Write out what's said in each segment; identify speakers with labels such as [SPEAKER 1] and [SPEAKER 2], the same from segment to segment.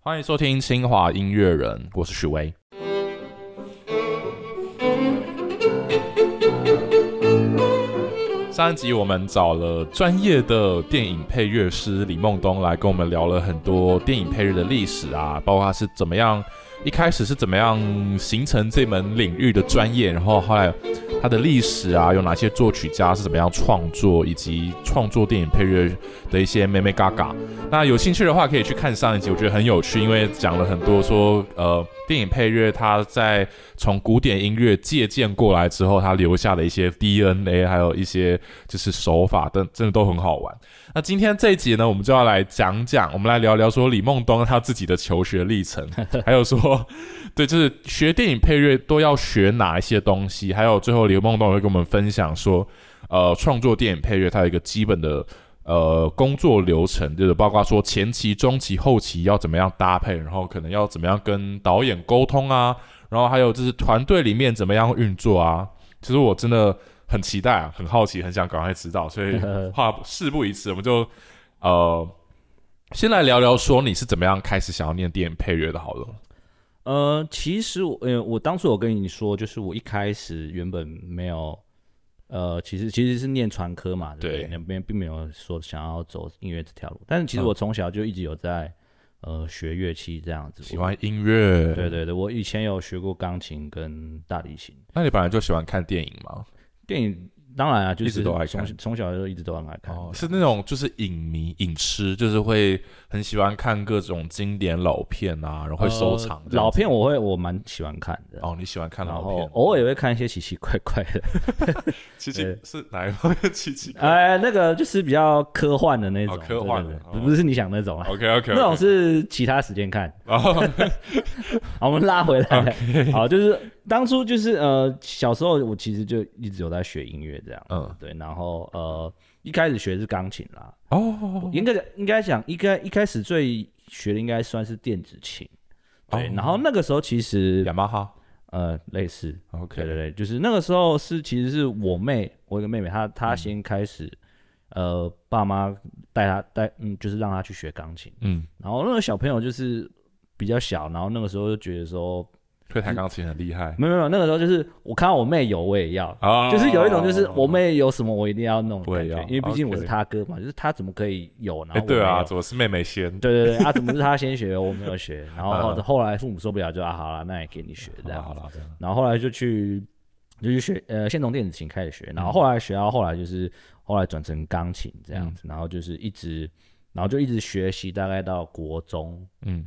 [SPEAKER 1] 欢迎收听清华音乐人，我是许巍。上一集我们找了专业的电影配乐师李梦东来跟我们聊了很多电影配乐的历史啊，包括他是怎么样一开始是怎么样形成这门领域的专业，然后后来它的历史啊，有哪些作曲家是怎么样创作，以及创作电影配乐的一些妹妹嘎嘎。那有兴趣的话，可以去看上一集，我觉得很有趣，因为讲了很多说，呃，电影配乐它在从古典音乐借鉴过来之后，它留下的一些 DNA，还有一些就是手法，但真的都很好玩。那今天这一集呢，我们就要来讲讲，我们来聊聊说李梦东他自己的求学历程，还有说，对，就是学电影配乐都要学哪一些东西，还有最后李梦东会跟我们分享说，呃，创作电影配乐它有一个基本的。呃工作流程，就是包括说前期、中期、后期要怎么样搭配，然后可能要怎么样跟导演沟通啊，然后还有就是团队里面怎么样运作啊。其实我真的很期待啊，很好奇，很想赶快知道，所以话不事不宜迟，我们就呃先来聊聊说你是怎么样开始想要念电影配乐的，好了。
[SPEAKER 2] 呃，其实我，呃，我当初有跟你说，就是我一开始原本没有，呃，其实其实是念传科嘛，对不
[SPEAKER 1] 对
[SPEAKER 2] 对，那边并没有说想要走音乐这条路，但是其实
[SPEAKER 1] 嗯
[SPEAKER 2] 我从小就一直有在，呃，学乐器这样子。
[SPEAKER 1] 喜
[SPEAKER 2] 我？
[SPEAKER 1] 欢音乐，
[SPEAKER 2] 对。对对，我以前有学过钢琴跟大提琴，
[SPEAKER 1] 那你本来就喜欢看电影吗？
[SPEAKER 2] 电影当然啊，就
[SPEAKER 1] 一直
[SPEAKER 2] 是
[SPEAKER 1] 都爱
[SPEAKER 2] 从
[SPEAKER 1] 看
[SPEAKER 2] 从小就一直都很爱看。
[SPEAKER 1] 哦，是那种就是影迷、影痴，就是会很喜欢看各种经典老片啊，然后会收藏、
[SPEAKER 2] 呃老片，我会我蛮喜欢看的，
[SPEAKER 1] 哦，你喜欢看
[SPEAKER 2] 然
[SPEAKER 1] 老
[SPEAKER 2] 后
[SPEAKER 1] 片？
[SPEAKER 2] 偶尔也会看一些奇奇怪怪的。
[SPEAKER 1] 奇
[SPEAKER 2] 奇对
[SPEAKER 1] 是哪一方面？ 奇奇
[SPEAKER 2] 哎，那个就是比较科幻的那种，
[SPEAKER 1] 哦科幻的
[SPEAKER 2] 对对对
[SPEAKER 1] 哦
[SPEAKER 2] 不是你想那种啊，
[SPEAKER 1] OK OK，
[SPEAKER 2] 那种是其他时间看。 好，我们拉回来，好，就是当初就是呃，小时候我其实就一直有在学音乐这样，
[SPEAKER 1] 嗯
[SPEAKER 2] 对，然后呃，一开始学是钢琴啦，
[SPEAKER 1] 哦，
[SPEAKER 2] 应该讲应该讲应该一开始最学的应该算是电子琴，对，
[SPEAKER 1] 哦
[SPEAKER 2] 然后那个时候其实
[SPEAKER 1] 雅马哈
[SPEAKER 2] 呃类似，对
[SPEAKER 1] OK
[SPEAKER 2] 对对，就是那个时候是其实是我妹，我有个妹妹，她
[SPEAKER 1] 嗯
[SPEAKER 2] 她先开始，呃，爸妈带她带，嗯，就是让她去学钢琴。
[SPEAKER 1] 嗯，
[SPEAKER 2] 然后那个小朋友就是比较小，然后那个时候就觉得说，
[SPEAKER 1] 会弹钢琴很厉害
[SPEAKER 2] 没有没有，那个时候就是我看到我妹有我也要，
[SPEAKER 1] 啊
[SPEAKER 2] 就是有一种就是我妹有什么我一定要弄的
[SPEAKER 1] 我
[SPEAKER 2] 感
[SPEAKER 1] 也
[SPEAKER 2] 觉
[SPEAKER 1] 要，
[SPEAKER 2] 因为毕竟我是
[SPEAKER 1] OK
[SPEAKER 2] 她哥嘛，就是她怎么可以有，然
[SPEAKER 1] 哎
[SPEAKER 2] 后我没
[SPEAKER 1] 对啊，
[SPEAKER 2] 有。
[SPEAKER 1] 怎么是妹妹先？
[SPEAKER 2] 对对对，啊，怎么是她先学，我没有学，然后后
[SPEAKER 1] 嗯
[SPEAKER 2] 后来父母受不了就啊，好了，那也给你学这样
[SPEAKER 1] 好了，这样
[SPEAKER 2] 然后后来就去就去学呃，先从电子琴开始学，然后后来学到后来就是后来转成钢琴这样子，然后就是一直，然后就一直学习，大概到国中
[SPEAKER 1] 嗯，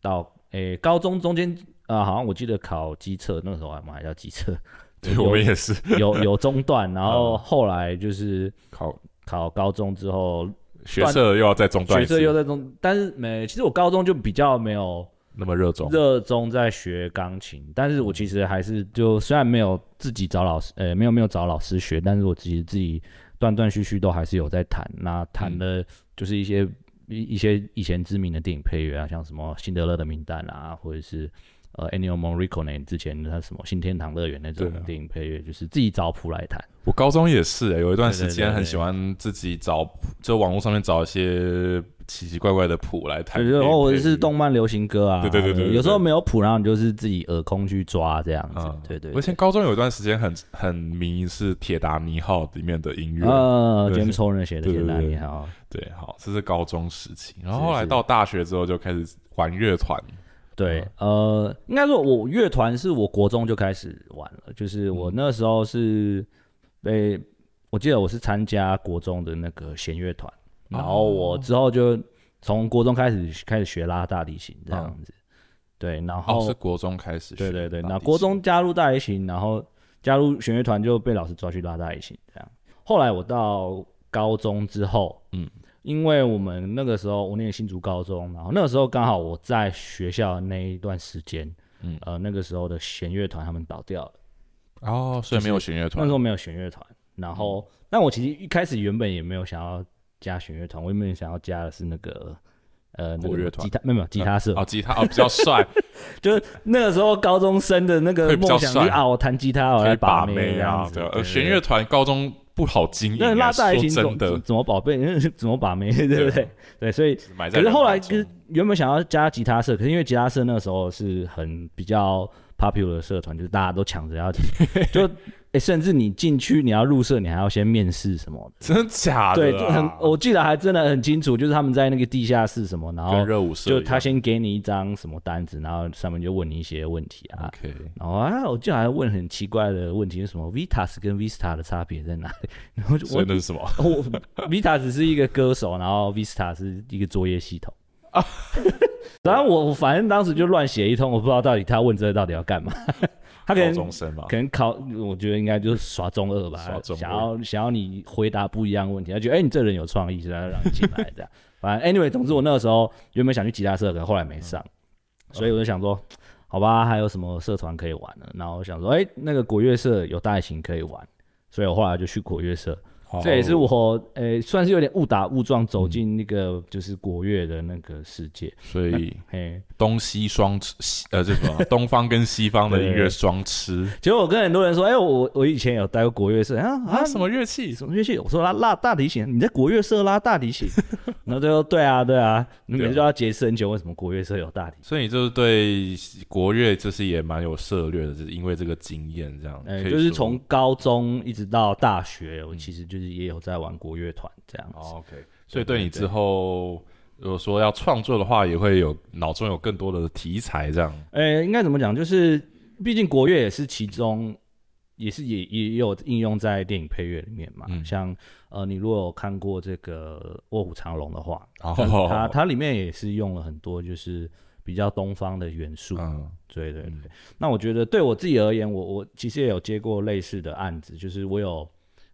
[SPEAKER 2] 到诶、高中中间啊、呃好像我记得考机测那个时候还蛮叫机测，
[SPEAKER 1] 对
[SPEAKER 2] 有
[SPEAKER 1] 我们也是
[SPEAKER 2] 有有中断，然后后来就是
[SPEAKER 1] 考
[SPEAKER 2] 考高中之后，
[SPEAKER 1] 学社又要再中断
[SPEAKER 2] 学
[SPEAKER 1] 一
[SPEAKER 2] 测
[SPEAKER 1] 次，
[SPEAKER 2] 又在中，但是呃没，其实我高中就比较没有。
[SPEAKER 1] 那么热衷
[SPEAKER 2] 热衷在学钢琴，但是我其实还是就虽然没有自己找老师，呃，没有没有找老师学，但是我其实自己断断续续都还是有在弹。那弹
[SPEAKER 1] 嗯
[SPEAKER 2] 的就是一些、一一些以前知名的电影配乐啊，像什么《辛德勒的名单》啊，或者是呃 a n n i o Morricone 之前他什么《新天堂乐园》那种
[SPEAKER 1] 对啊
[SPEAKER 2] 电影配乐，就是自己找谱来弹。
[SPEAKER 1] 我高中也是、欸，有一段时
[SPEAKER 2] 对对对
[SPEAKER 1] 间
[SPEAKER 2] 对
[SPEAKER 1] 很喜欢自己找，就网络上面找一些奇奇怪怪的谱来弹。
[SPEAKER 2] 对，然后或者
[SPEAKER 1] 配
[SPEAKER 2] 是
[SPEAKER 1] 乐
[SPEAKER 2] 动漫流行歌啊，
[SPEAKER 1] 对对对对对
[SPEAKER 2] 有时候没有谱，然后你就是自己耳空去抓这样子。
[SPEAKER 1] 嗯
[SPEAKER 2] 对对
[SPEAKER 1] 我以前高中有一段时间很很迷是《铁达尼号》里面的音乐，
[SPEAKER 2] 呃
[SPEAKER 1] 对
[SPEAKER 2] ，James Horner 写的
[SPEAKER 1] 对
[SPEAKER 2] 《
[SPEAKER 1] 对
[SPEAKER 2] 简单哦
[SPEAKER 1] 对
[SPEAKER 2] 你好》。
[SPEAKER 1] 对，好，这是高中时期。然后
[SPEAKER 2] 是
[SPEAKER 1] 后来
[SPEAKER 2] 是
[SPEAKER 1] 到大学之后就开始玩乐团，
[SPEAKER 2] 对，
[SPEAKER 1] 嗯
[SPEAKER 2] 呃，应该说我乐团是我国中就开始玩了，就是
[SPEAKER 1] 嗯
[SPEAKER 2] 我那时候是被，我记得我是参加国中的那个弦乐团，
[SPEAKER 1] 哦
[SPEAKER 2] 然后我之后就从国中开始开始学拉大提琴这样子，对，然
[SPEAKER 1] 哦，
[SPEAKER 2] 后、
[SPEAKER 1] 是国中开始学大
[SPEAKER 2] 对
[SPEAKER 1] 提
[SPEAKER 2] 对
[SPEAKER 1] 琴。
[SPEAKER 2] 对，那国中加入大提琴，然后加入弦乐团就被老师抓去拉大提琴这样。后来我到高中之后，
[SPEAKER 1] 嗯
[SPEAKER 2] 嗯，因为我们那个时候我念新竹高中，然后那个时候刚好我在学校的那一段时间，
[SPEAKER 1] 嗯
[SPEAKER 2] 嗯，呃，那个时候的弦乐团他们倒掉了，
[SPEAKER 1] 哦，所以没有弦乐
[SPEAKER 2] 那
[SPEAKER 1] 团嗯
[SPEAKER 2] 时候没有弦乐团。然后，但我其实一开始原本也没有想要加弦乐团，我原本想要加的是那个呃，那
[SPEAKER 1] 国
[SPEAKER 2] 个
[SPEAKER 1] 乐团
[SPEAKER 2] 吉他没有没有吉他社，
[SPEAKER 1] 哦，吉他哦比较 帅，
[SPEAKER 2] 就是那个时候高中生的那个
[SPEAKER 1] 会比较
[SPEAKER 2] 梦想，
[SPEAKER 1] 帅
[SPEAKER 2] 就是啊，我弹吉他，我
[SPEAKER 1] 可
[SPEAKER 2] 来
[SPEAKER 1] 以把
[SPEAKER 2] 妹
[SPEAKER 1] 妹
[SPEAKER 2] 这样
[SPEAKER 1] 啊，
[SPEAKER 2] 子
[SPEAKER 1] 对啊。
[SPEAKER 2] 对
[SPEAKER 1] 呃，
[SPEAKER 2] 对
[SPEAKER 1] 弦乐团高中不好经营、
[SPEAKER 2] 那
[SPEAKER 1] 啊。
[SPEAKER 2] 拉大
[SPEAKER 1] 说
[SPEAKER 2] 提琴
[SPEAKER 1] 真
[SPEAKER 2] 怎
[SPEAKER 1] 的，
[SPEAKER 2] 怎么宝贝，怎么把妹， 对不对？对，所以
[SPEAKER 1] 买在
[SPEAKER 2] 可是
[SPEAKER 1] 人
[SPEAKER 2] 后来
[SPEAKER 1] 海中
[SPEAKER 2] 就是原本想要加吉他社，可是因为吉他社那时候是很比较 popular 的社团，就是大家都抢着要， 就、诶甚至你进去你要入社，你还要先面试什么
[SPEAKER 1] 真的假
[SPEAKER 2] 的。
[SPEAKER 1] 的、啊？
[SPEAKER 2] 对，就很我记得还真的很清楚，就是他们在那个地下室什么，然后
[SPEAKER 1] 跟热舞社
[SPEAKER 2] 就
[SPEAKER 1] 一
[SPEAKER 2] 他
[SPEAKER 1] 样
[SPEAKER 2] 先给你一张什么单子，然后上面就问你一些问题啊，
[SPEAKER 1] OK，
[SPEAKER 2] 然后啊，我记得还问很奇怪的问题，是什么 Vitas 跟 Vista 的差别在哪里？ 然后就
[SPEAKER 1] 所
[SPEAKER 2] 我
[SPEAKER 1] 以那是什么？
[SPEAKER 2] 我 Vitas 是一个歌手，然后 Vista 是一个作业系统啊。 然后我我反正当时就乱写一通，我不知道到底他问这个到底要干嘛。 他可
[SPEAKER 1] 高
[SPEAKER 2] 能
[SPEAKER 1] 中生嘛，
[SPEAKER 2] 可能考，我觉得应该就是耍中二 吧
[SPEAKER 1] 耍，中二
[SPEAKER 2] 想要想要你回答不一样的问题，他觉得哎、你这人有创意，所以他就让你进来这样。 反正 anyway，总之我那个时候原本想去吉他社，可后来没上，
[SPEAKER 1] 嗯
[SPEAKER 2] 所以我就想说，好吧，还有什么社团可以玩呢？然后我想说，哎、那个国乐社有大提琴可以玩，所以我后来就去国乐社。
[SPEAKER 1] 好
[SPEAKER 2] 这也是
[SPEAKER 1] 哦
[SPEAKER 2] 我呃、算是有点误打误撞
[SPEAKER 1] 嗯
[SPEAKER 2] 走进那个就是国乐的那个世界。
[SPEAKER 1] 所以
[SPEAKER 2] 嘿，
[SPEAKER 1] 东西双吃，西呃，这什么？东方跟西方的音乐
[SPEAKER 2] 对
[SPEAKER 1] 双吃
[SPEAKER 2] 结果我跟很多人说，哎、我我以前有待过国乐社啊啊
[SPEAKER 1] 啊？什么乐器？
[SPEAKER 2] 什么乐器？我说拉拉大提琴，你在国乐社拉大 提琴，然后他说对啊对啊，你每次都要解释很久为什么国乐社有大提琴。
[SPEAKER 1] 所以你就是对国乐，就是也蛮有涉略的，就是因为这个经验这样。
[SPEAKER 2] 呃，
[SPEAKER 1] 可以
[SPEAKER 2] 就是
[SPEAKER 1] 说
[SPEAKER 2] 从高中一直到大学，我其实就是也有在玩国乐团这样子。
[SPEAKER 1] 哦 OK，所以对你之后如果说要创作的话，也会有脑中有更多的题材这样。
[SPEAKER 2] 呃，应该怎么讲？就是毕竟国乐也是其中，也是也也有应用在电影配乐里面嘛。
[SPEAKER 1] 嗯
[SPEAKER 2] 像呃，你如果有看过这个《卧虎藏龙》的话，
[SPEAKER 1] 哦，
[SPEAKER 2] 它它里面也是用了很多就是比较东方的元素。
[SPEAKER 1] 嗯
[SPEAKER 2] 对对对。
[SPEAKER 1] 嗯
[SPEAKER 2] 那我觉得对我自己而言，我我其实也有接过类似的案子，就是我有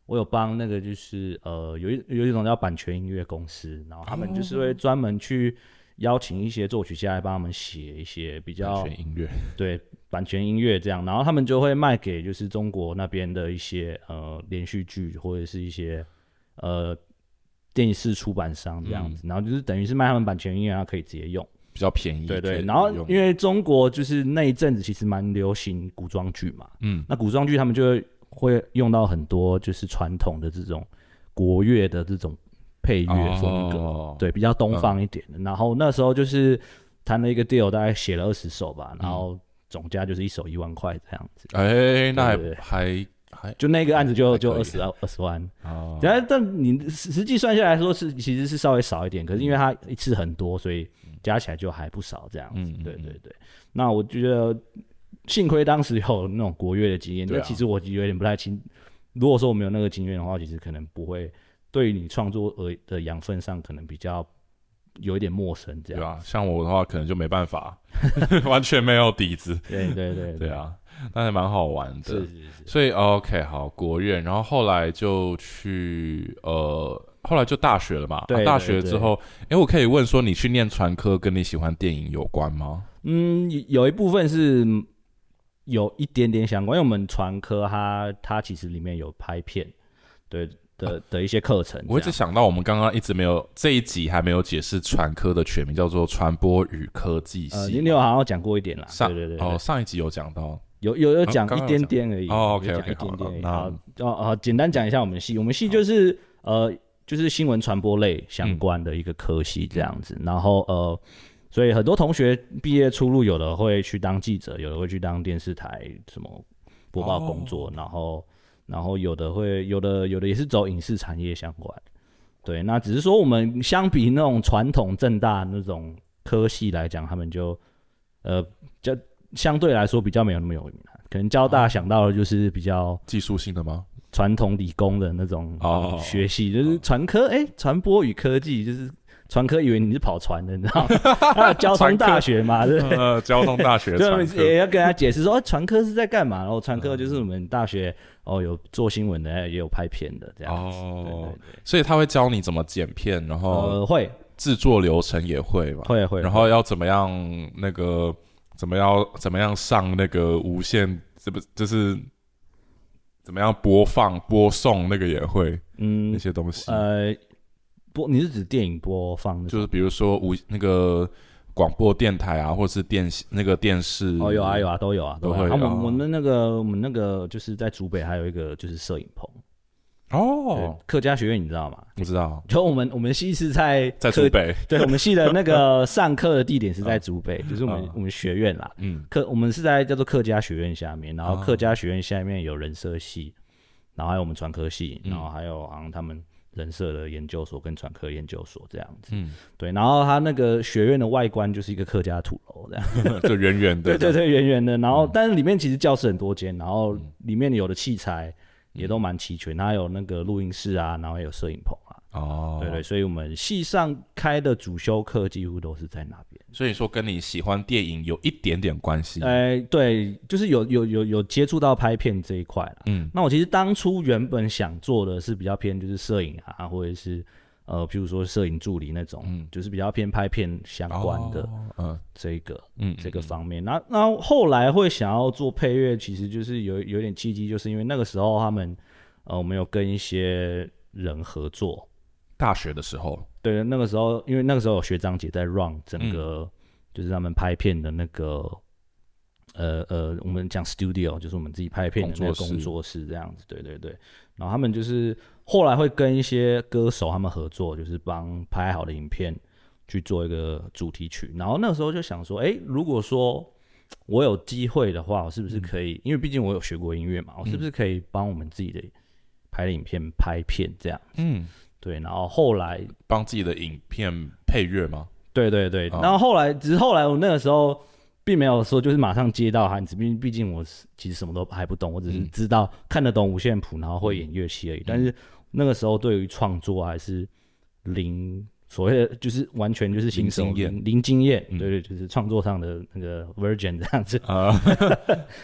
[SPEAKER 2] 我有帮那个就是呃有一有一种叫版权音乐公司，然后他
[SPEAKER 1] 哦
[SPEAKER 2] 们就是会专门去邀请一些作曲家来帮他们写一些比较
[SPEAKER 1] 全音乐
[SPEAKER 2] 对版权音乐这样，然后他们就会卖给就是中国那边的一些呃连续剧或者是一些呃。电视出版商这样
[SPEAKER 1] 嗯
[SPEAKER 2] 子，然后就是等于是卖他们版权音乐，然后可以直接用。
[SPEAKER 1] 比较便宜，
[SPEAKER 2] 对
[SPEAKER 1] 可
[SPEAKER 2] 对，
[SPEAKER 1] 以
[SPEAKER 2] 然后
[SPEAKER 1] 用
[SPEAKER 2] 因为中国就是那一阵子其实蛮流行古装剧嘛，
[SPEAKER 1] 嗯
[SPEAKER 2] 那古装剧他们就会会用到很多就是传统的这种国乐的这种配乐风格，
[SPEAKER 1] 哦
[SPEAKER 2] 对，比较东方一点的。然后那时候就是谈了一个 deal，大概写了二十首
[SPEAKER 1] 嗯
[SPEAKER 2] 吧，然后总价就是一首一万块这样子。
[SPEAKER 1] 哎，那
[SPEAKER 2] 对对
[SPEAKER 1] 还还
[SPEAKER 2] 就那个案子就就
[SPEAKER 1] 还可
[SPEAKER 2] 二
[SPEAKER 1] 以
[SPEAKER 2] 十二十万，
[SPEAKER 1] 还啊
[SPEAKER 2] 然后但你实实际算下来说是其实是稍微少一点，可是
[SPEAKER 1] 嗯
[SPEAKER 2] 因为它一次很多，所以加起来就还不少这样子。
[SPEAKER 1] 嗯嗯
[SPEAKER 2] 对
[SPEAKER 1] 嗯
[SPEAKER 2] 对对，那我觉得幸亏当时有那种国乐的经验，
[SPEAKER 1] 对
[SPEAKER 2] 那、
[SPEAKER 1] 啊
[SPEAKER 2] 其实我有点不太清。如果说我没有那个经验的话，其实可能不会对于你创作而的养分上可能比较有一点陌生这
[SPEAKER 1] 对
[SPEAKER 2] 样。
[SPEAKER 1] 吧？像我的话，可能就没办法， 完全没有底子。
[SPEAKER 2] 对对对
[SPEAKER 1] 对，啊，那还蛮好玩的。
[SPEAKER 2] 是是是，
[SPEAKER 1] 所以 OK 好国乐，然后后来就去呃，后来就大学了嘛。
[SPEAKER 2] 对
[SPEAKER 1] 啊
[SPEAKER 2] 对
[SPEAKER 1] 大学之后，哎，我可以问说，你去念传科跟你喜欢电影有关吗？
[SPEAKER 2] 嗯，有有一部分是有一点点相关，因为我们传科它它其实里面有拍片，对的、的一些课程这样。
[SPEAKER 1] 啊我一直想到我们刚刚一直没有这一集还没有解释传科的全名，叫做传播与科技
[SPEAKER 2] 呃，
[SPEAKER 1] 系。
[SPEAKER 2] 你你有好像讲过一点啦，
[SPEAKER 1] 上
[SPEAKER 2] 对对对，
[SPEAKER 1] 哦，
[SPEAKER 2] 对
[SPEAKER 1] 上一集有讲到，
[SPEAKER 2] 有有有
[SPEAKER 1] 啊
[SPEAKER 2] 讲
[SPEAKER 1] 刚
[SPEAKER 2] 一
[SPEAKER 1] 刚有
[SPEAKER 2] 点
[SPEAKER 1] 讲
[SPEAKER 2] 点而已。
[SPEAKER 1] 哦，OK，
[SPEAKER 2] 有讲
[SPEAKER 1] OK，
[SPEAKER 2] 一点点而已。
[SPEAKER 1] 好
[SPEAKER 2] 好
[SPEAKER 1] 那，
[SPEAKER 2] 哦哦，简单讲一下我们系，我们系就是呃，就是新闻传播类
[SPEAKER 1] 嗯
[SPEAKER 2] 相关的一个科系这样子，然后呃。所以很多同学毕业出路，有的会去当记者，有的会去当电视台什么播报工作，
[SPEAKER 1] 哦
[SPEAKER 2] 然后然后有的会有的有的也是走影视产业相关。对，那只是说我们相比那种传统正大那种科系来讲，他们就呃较相对来说比较没有那么有名啊、可能交大想到的就是比较
[SPEAKER 1] 技术性的吗？
[SPEAKER 2] 传统理工的那种
[SPEAKER 1] 哦
[SPEAKER 2] 学系，就是传科，哎、传播与科技就是。传科以为你是跑船的，你 知道吗？啊交通大学嘛，对不对？
[SPEAKER 1] 呃，交通大 学
[SPEAKER 2] 对，我
[SPEAKER 1] 传
[SPEAKER 2] 们
[SPEAKER 1] 科
[SPEAKER 2] 也要跟他解释说，哦传科是在干嘛？然后传科就是我们大学哦，有做新闻的，也有拍片的这样子。
[SPEAKER 1] 嗯哦
[SPEAKER 2] 对，对对
[SPEAKER 1] 所以他会教你怎么剪片，然后
[SPEAKER 2] 呃，会
[SPEAKER 1] 制作流程也会嘛，
[SPEAKER 2] 会会，
[SPEAKER 1] 然后要怎么样那个怎么样怎么样上那个无线，这不就是怎么样播放播送那个也会
[SPEAKER 2] 嗯
[SPEAKER 1] 那些东西，
[SPEAKER 2] 呃播，你是指电影播放的？
[SPEAKER 1] 就是比如说无那个广播电台啊，或是电视那个电视
[SPEAKER 2] 哦，有啊有啊，都有啊，
[SPEAKER 1] 都
[SPEAKER 2] 有啊。
[SPEAKER 1] 会
[SPEAKER 2] 啊我
[SPEAKER 1] 哦
[SPEAKER 2] 们我们那个我们那个就是在竹北还有一个就是摄影棚，
[SPEAKER 1] 哦，
[SPEAKER 2] 客家学院你知道吗？
[SPEAKER 1] 我知道，
[SPEAKER 2] 就我们我们系是在
[SPEAKER 1] 在
[SPEAKER 2] 客
[SPEAKER 1] 竹，北，
[SPEAKER 2] 对，我们系的那个上课的地点是在竹北，就是我们
[SPEAKER 1] 嗯
[SPEAKER 2] 我们学院啦。
[SPEAKER 1] 嗯，
[SPEAKER 2] 客我们是在叫做客家学院下面，然后
[SPEAKER 1] 啊
[SPEAKER 2] 客家学院下面有人社系，然后还有我们传科系，
[SPEAKER 1] 嗯
[SPEAKER 2] 然后还有好像他们人社的研究所跟传科研究所这样子。
[SPEAKER 1] 嗯，
[SPEAKER 2] 对，然后它那个学院的外观就是一个客家土 楼这样。
[SPEAKER 1] 就圆圆的，
[SPEAKER 2] 对对对，圆圆的。然后，
[SPEAKER 1] 嗯
[SPEAKER 2] 但是里面其实教室很多间，然后里面有的器材也
[SPEAKER 1] 嗯
[SPEAKER 2] 都蛮齐全，它有那个录音室啊，然后也有摄影棚啊。
[SPEAKER 1] 哦，
[SPEAKER 2] 对对，所以我们系上开的主修课几乎都是在那边。
[SPEAKER 1] 所以说跟你喜欢电影有一点点关系，
[SPEAKER 2] 哎、对，就是有有有有接触到拍片这一块啦。
[SPEAKER 1] 嗯
[SPEAKER 2] 那我其实当初原本想做的是比较偏就是摄影啊，或者是呃，譬如说摄影助理那种，
[SPEAKER 1] 嗯
[SPEAKER 2] 就是比较偏拍片相关的
[SPEAKER 1] 哦嗯
[SPEAKER 2] 这一个。
[SPEAKER 1] 嗯，
[SPEAKER 2] 这个方面。那那后来会想要做配乐，其实就是有有点契机，就是因为那个时候他们呃，我们有跟一些人合作。
[SPEAKER 1] 大学的时候，
[SPEAKER 2] 对，那个时候因为那个时候有学长姐在 run 整
[SPEAKER 1] 嗯
[SPEAKER 2] 个、就是他们拍片的那个。呃呃，我们讲 studio 就是我们自己拍片的那个
[SPEAKER 1] 工作室
[SPEAKER 2] 工作室这样子，对对对。然后他们就是后来会跟一些歌手他们合作，就是帮拍好的影片去做一个主题曲。然后那时候就想说，诶，如果说我有机会的话，我是不是
[SPEAKER 1] 嗯
[SPEAKER 2] 可以？因为毕竟我有学过音乐嘛，我是不是可以帮我们自己的拍的影片拍片这样？
[SPEAKER 1] 嗯，
[SPEAKER 2] 对，然后后来，
[SPEAKER 1] 帮自己的影片配乐吗？
[SPEAKER 2] 对对对，
[SPEAKER 1] 哦
[SPEAKER 2] 然后后来，只是后来我那个时候并没有说就是马上接到汉字，毕毕竟我是其实什么都还不懂，我只是
[SPEAKER 1] 嗯
[SPEAKER 2] 知道、看得懂五线谱，然后会演乐器而已。但是那个时候对于创作还是零。所谓的就是完全就是新手
[SPEAKER 1] 零经验
[SPEAKER 2] 零零经验，
[SPEAKER 1] 嗯
[SPEAKER 2] 对对，就是创作上的那个 virgin 这样子，
[SPEAKER 1] 啊，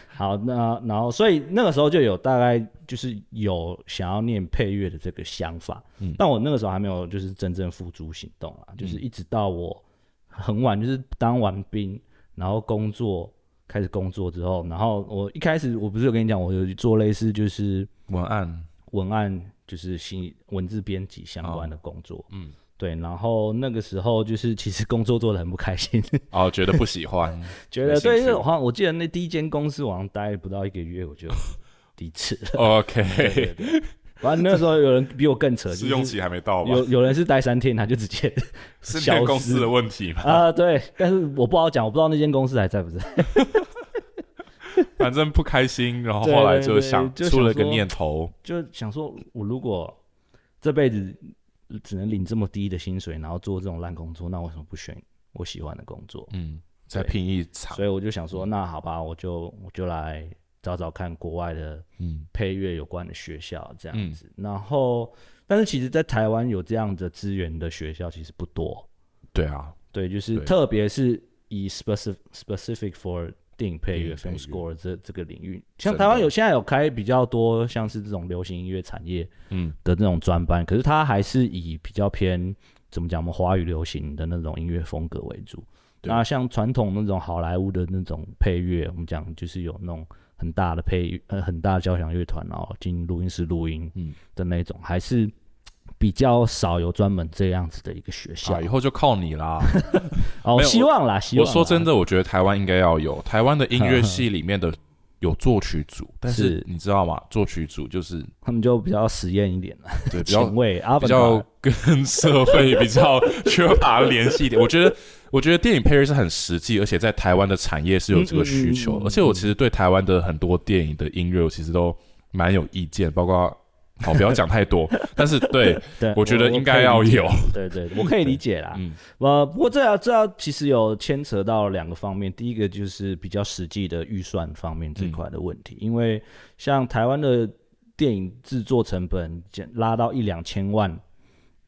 [SPEAKER 2] 好，那然后所以那个时候就有大概就是有想要念配乐的这个想法，
[SPEAKER 1] 嗯
[SPEAKER 2] 但我那个时候还没有就是真正付诸行动啊，就是一直到我很晚，就是当完兵，然后工作开始工作之后，然后我一开始我不是有跟你讲，我有做类似就是
[SPEAKER 1] 文案，
[SPEAKER 2] 文案就是新文字编辑相关的工作，
[SPEAKER 1] 嗯，
[SPEAKER 2] 对，然后那个时候就是其实工作做的很不开心，
[SPEAKER 1] 哦，觉得不喜 欢，
[SPEAKER 2] 觉
[SPEAKER 1] 没
[SPEAKER 2] 得
[SPEAKER 1] 兴
[SPEAKER 2] 对，
[SPEAKER 1] 趣
[SPEAKER 2] 因为我好像我记得那第一间公司我好像待不到一个月我 就离职了。对
[SPEAKER 1] OK，
[SPEAKER 2] 对对，反正那时候有人比我更扯，
[SPEAKER 1] 试用
[SPEAKER 2] 就是
[SPEAKER 1] 期还没到吧？
[SPEAKER 2] 有有人是待三天他就直接
[SPEAKER 1] 是
[SPEAKER 2] 消
[SPEAKER 1] 面公
[SPEAKER 2] 失
[SPEAKER 1] 司的问题嘛？
[SPEAKER 2] 啊、对，但是我不好讲，我不知道那间公司还在不在。
[SPEAKER 1] 反正不开心，然后
[SPEAKER 2] 对
[SPEAKER 1] 后来
[SPEAKER 2] 对
[SPEAKER 1] 就
[SPEAKER 2] 对
[SPEAKER 1] 想
[SPEAKER 2] 就
[SPEAKER 1] 出了
[SPEAKER 2] 想
[SPEAKER 1] 个
[SPEAKER 2] 说
[SPEAKER 1] 念头，
[SPEAKER 2] 就想说，我如果这辈子只能领这么低的薪水，然后做这种烂工作，那为什么不选我喜欢的工作？
[SPEAKER 1] 嗯，再
[SPEAKER 2] 对
[SPEAKER 1] 拼一场，
[SPEAKER 2] 所以我就想说，那好吧，我就我就来找找看国外的
[SPEAKER 1] 嗯
[SPEAKER 2] 配乐有关的学校这样子。然后，但是其实，在台湾有这样的资源的学校其实不多。
[SPEAKER 1] 对啊，
[SPEAKER 2] 对，就是
[SPEAKER 1] 对
[SPEAKER 2] 特别是以 specific specific for 电影配乐
[SPEAKER 1] 电
[SPEAKER 2] film
[SPEAKER 1] 影配乐
[SPEAKER 2] score 这这个领域，像
[SPEAKER 1] 真
[SPEAKER 2] 台湾
[SPEAKER 1] 的
[SPEAKER 2] 有现在有开比较多像是这种流行音乐产业
[SPEAKER 1] 嗯
[SPEAKER 2] 的那种专班，可是它还是以比较偏怎么讲，我们华语流行的那种音乐风格为主。
[SPEAKER 1] 对
[SPEAKER 2] 那像传统那种好莱坞的那种配乐，我们讲就是有那种很大的配呃很大的交响乐团，然后进录音室录音
[SPEAKER 1] 嗯，
[SPEAKER 2] 的那种，还是比较少有专门这样子的一个学校
[SPEAKER 1] 啊，。以后就靠你啦。
[SPEAKER 2] 哦，
[SPEAKER 1] 没有
[SPEAKER 2] 希望啦，希
[SPEAKER 1] 我
[SPEAKER 2] 望啦。
[SPEAKER 1] 说真的，我觉得台湾应该要有台湾的音乐系里 面的有作曲组，但是
[SPEAKER 2] 是
[SPEAKER 1] 你知道吗？作曲组就是
[SPEAKER 2] 他们就比较实验一点了，
[SPEAKER 1] 对比较
[SPEAKER 2] 前卫，阿
[SPEAKER 1] 比
[SPEAKER 2] 凡
[SPEAKER 1] 较
[SPEAKER 2] 达
[SPEAKER 1] 跟社会比较缺乏联系一 点。我觉得，我觉得电影配乐是很实际，而且在台湾的产业是有这个需求
[SPEAKER 2] 嗯嗯嗯。嗯
[SPEAKER 1] 而且我其实对台湾的很多电影的音乐，我其实都蛮有意见，包括。好，不要讲太 多。但是对，
[SPEAKER 2] 对，
[SPEAKER 1] 我觉得应该要
[SPEAKER 2] 我可以理解
[SPEAKER 1] 有。
[SPEAKER 2] 对对，我可以理解啦。
[SPEAKER 1] 嗯
[SPEAKER 2] 呃，不过这要这要其实有牵扯到两个方面，第一个就是比较实际的预算方面这块的问题，因为像台湾的电影制作成本减拉到一两千万，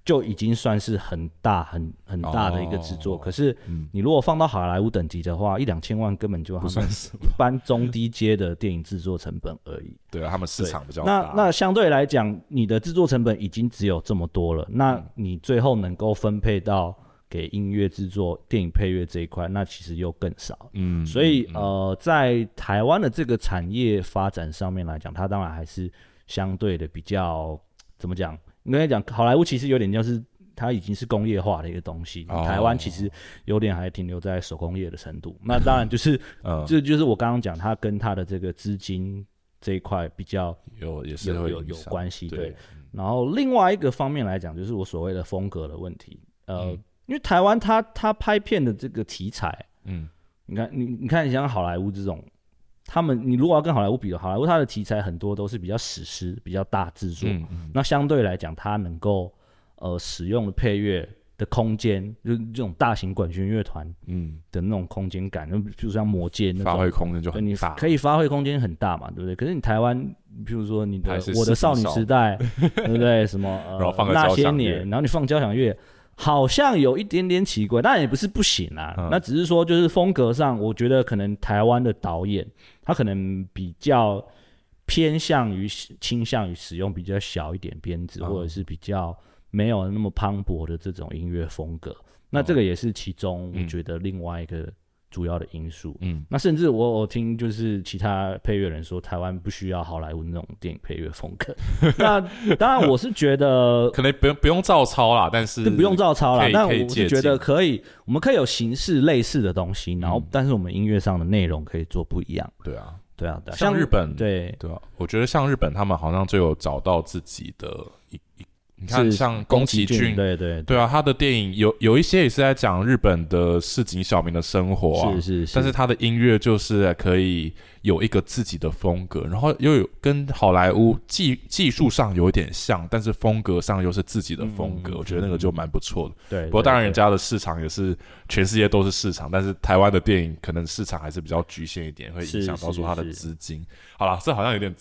[SPEAKER 2] 就已经算是很大很很大的一个制作。
[SPEAKER 1] 哦
[SPEAKER 2] 可是
[SPEAKER 1] 嗯
[SPEAKER 2] 你如果放到好莱坞等级的话，一两千万根本就他
[SPEAKER 1] 不
[SPEAKER 2] 们
[SPEAKER 1] 算什么。
[SPEAKER 2] 一般中低阶的电影制作成本而已。
[SPEAKER 1] 对啊，他们市场比较
[SPEAKER 2] 那
[SPEAKER 1] 大。
[SPEAKER 2] 那相对来讲，你的制作成本已经只有这么多了，那
[SPEAKER 1] 嗯
[SPEAKER 2] 你最后能够分配到给音乐制作、电影配乐这一块，那其实又更少。
[SPEAKER 1] 嗯，
[SPEAKER 2] 所以呃，在台湾的这个产业发展上面来讲，它当然还是相对的比较怎么讲？应该讲好莱坞其实有点像是它已经是工业化的一个东西，
[SPEAKER 1] 哦
[SPEAKER 2] 台湾其实有点还停留在手工业的程度。那当然就是
[SPEAKER 1] 嗯，
[SPEAKER 2] 这就是我刚刚讲，它跟它的这个资金这一块比较
[SPEAKER 1] 有也是
[SPEAKER 2] 有
[SPEAKER 1] 会
[SPEAKER 2] 有有
[SPEAKER 1] 影响
[SPEAKER 2] 关系。对
[SPEAKER 1] 对，嗯
[SPEAKER 2] 然后另外一个方面来讲，就是我所谓的风格的问题。呃，
[SPEAKER 1] 嗯
[SPEAKER 2] 因为台湾它它拍片的这个题材，
[SPEAKER 1] 嗯
[SPEAKER 2] 你看你你看，你像好莱坞这种，他们你如果要跟好莱坞比的话，好莱坞它的题材很多都是比较史诗、比较大制作，
[SPEAKER 1] 嗯嗯
[SPEAKER 2] 那相对来讲，它能够呃使用的配乐的空间，就是这种大型管弦乐团
[SPEAKER 1] 嗯，
[SPEAKER 2] 的那种空间感，就比如像魔界那
[SPEAKER 1] 发
[SPEAKER 2] 种
[SPEAKER 1] 挥。空间就
[SPEAKER 2] 对
[SPEAKER 1] 很
[SPEAKER 2] 你
[SPEAKER 1] 大，
[SPEAKER 2] 可以发挥空间很大嘛，对不对？可是你台湾，比如说你的
[SPEAKER 1] 还是
[SPEAKER 2] 《我的
[SPEAKER 1] 四
[SPEAKER 2] 少
[SPEAKER 1] 只
[SPEAKER 2] 女
[SPEAKER 1] 手
[SPEAKER 2] 时代》，对不对？什么
[SPEAKER 1] 然后放
[SPEAKER 2] 呃
[SPEAKER 1] 个
[SPEAKER 2] 那
[SPEAKER 1] 交
[SPEAKER 2] 些
[SPEAKER 1] 响
[SPEAKER 2] 年
[SPEAKER 1] 乐，
[SPEAKER 2] 然后你放交响乐，好像有一点点奇怪，但也不是不行啊。
[SPEAKER 1] 嗯
[SPEAKER 2] 那只是说，就是风格上，我觉得可能台湾的导演他可能比较偏向于倾向于使用比较小一点编制，
[SPEAKER 1] 嗯
[SPEAKER 2] 或者是比较没有那么磅礴的这种音乐风格。那这个也是其中我
[SPEAKER 1] 嗯
[SPEAKER 2] 觉得另外一个主要的因素。
[SPEAKER 1] 嗯
[SPEAKER 2] 那甚至我我听就是其他配乐人说，台湾不需要好莱坞那种电影配乐风 格。那当然我是觉得
[SPEAKER 1] 可能不用不用照抄啦，但是
[SPEAKER 2] 这不用照抄啦
[SPEAKER 1] 可，以
[SPEAKER 2] 但
[SPEAKER 1] 可以
[SPEAKER 2] 我
[SPEAKER 1] 借
[SPEAKER 2] 是觉得可以，我们可以有形式类似的东西，然后
[SPEAKER 1] 嗯
[SPEAKER 2] 但是我们音乐上的内容可以做不一样。
[SPEAKER 1] 对啊，
[SPEAKER 2] 对啊，对啊
[SPEAKER 1] 像日本
[SPEAKER 2] 对
[SPEAKER 1] 对啊，我觉得像日本他们好像就有找到自己的一一，你看
[SPEAKER 2] 是
[SPEAKER 1] 像宫崎骏，
[SPEAKER 2] 对对
[SPEAKER 1] 对啊，他的电影有有一些也是在讲日本的市井小民的生活啊，
[SPEAKER 2] 是是是，
[SPEAKER 1] 但是他的音乐就是可以有一个自己的风格，然后又有跟好莱坞技技术上有一点像，但是风格上又是自己的风格，
[SPEAKER 2] 嗯
[SPEAKER 1] 我觉得那个就蛮不错的。
[SPEAKER 2] 对，
[SPEAKER 1] 不过当然，人
[SPEAKER 2] 对
[SPEAKER 1] 家的市场也是全世界都是市场，但是台湾的电影可能市场还是比较局限一点，会影响到说他的
[SPEAKER 2] 是是
[SPEAKER 1] 资金。好啦，这好像有点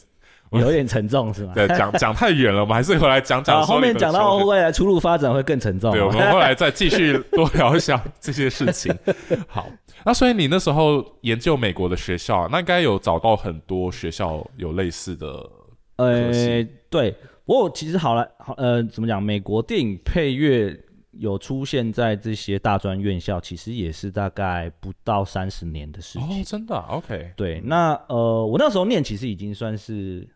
[SPEAKER 2] 对有点沉重是吗？
[SPEAKER 1] 对讲讲太远了，我们还是回来讲讲
[SPEAKER 2] 啊，
[SPEAKER 1] 说
[SPEAKER 2] 后面
[SPEAKER 1] 你的
[SPEAKER 2] 讲到
[SPEAKER 1] 球队
[SPEAKER 2] 未来出路发展会更沉重
[SPEAKER 1] 对，我
[SPEAKER 2] 啊。
[SPEAKER 1] 们后来再继续多聊一下这些事情。好，那所以你那时候研究美国的学校，那应该有找到很多学校有类似的，哦可
[SPEAKER 2] 呃
[SPEAKER 1] 惜，
[SPEAKER 2] 对，不过其实好莱好呃，怎么讲？美国电影配乐有出现在这些大专院校，其实也是大概不到三十年的事情。
[SPEAKER 1] 哦，真的啊、OK，
[SPEAKER 2] 对，那呃，我那时候念其实已经算是，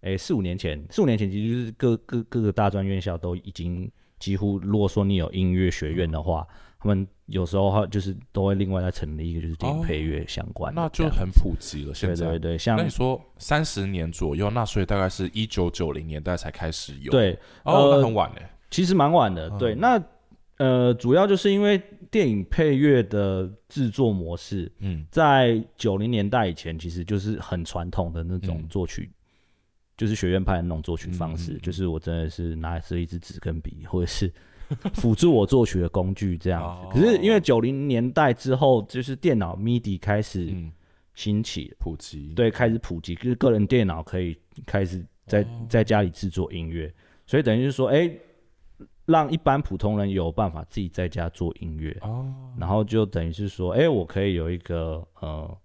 [SPEAKER 2] 诶四五年前，四五年前其实就是各各各个大专院校都已经几乎，如果说你有音乐学院的
[SPEAKER 1] 嗯
[SPEAKER 2] 话，他们有时候还就是都会另外再成立一个就是电影
[SPEAKER 1] 哦
[SPEAKER 2] 配乐相关的
[SPEAKER 1] 那就
[SPEAKER 2] 这样
[SPEAKER 1] 很普及了。现
[SPEAKER 2] 对
[SPEAKER 1] 在，
[SPEAKER 2] 对对，
[SPEAKER 1] 那
[SPEAKER 2] 像
[SPEAKER 1] 你说三十年左右，那所以大概是一九九零年代才开始有，，
[SPEAKER 2] 对
[SPEAKER 1] 哦，那
[SPEAKER 2] 呃
[SPEAKER 1] 很晚嘞，
[SPEAKER 2] 其实蛮晚的，
[SPEAKER 1] 嗯
[SPEAKER 2] 对。那呃，主要就是因为电影配乐的制作模式，
[SPEAKER 1] 嗯
[SPEAKER 2] 在九零年代以前，其实就是很传统的那种
[SPEAKER 1] 嗯
[SPEAKER 2] 作曲，就是学院派的那种作曲方式，
[SPEAKER 1] 嗯嗯嗯
[SPEAKER 2] 就是我真的是拿着一支纸跟笔，或者是 辅助我作曲的工具这样子
[SPEAKER 1] 哦。
[SPEAKER 2] 可是因为九零年代之后，就是电脑 MIDI 开始
[SPEAKER 1] 嗯，
[SPEAKER 2] 兴起，
[SPEAKER 1] 普及，，
[SPEAKER 2] 对，开始普及，就是个人电脑可以开始在、
[SPEAKER 1] 哦
[SPEAKER 2] 在家里制作音乐，所以等于是说，哎、让一般普通人有办法自己在家做音乐，
[SPEAKER 1] 哦，
[SPEAKER 2] 然后就等于是说，哎、我可以有一个呃，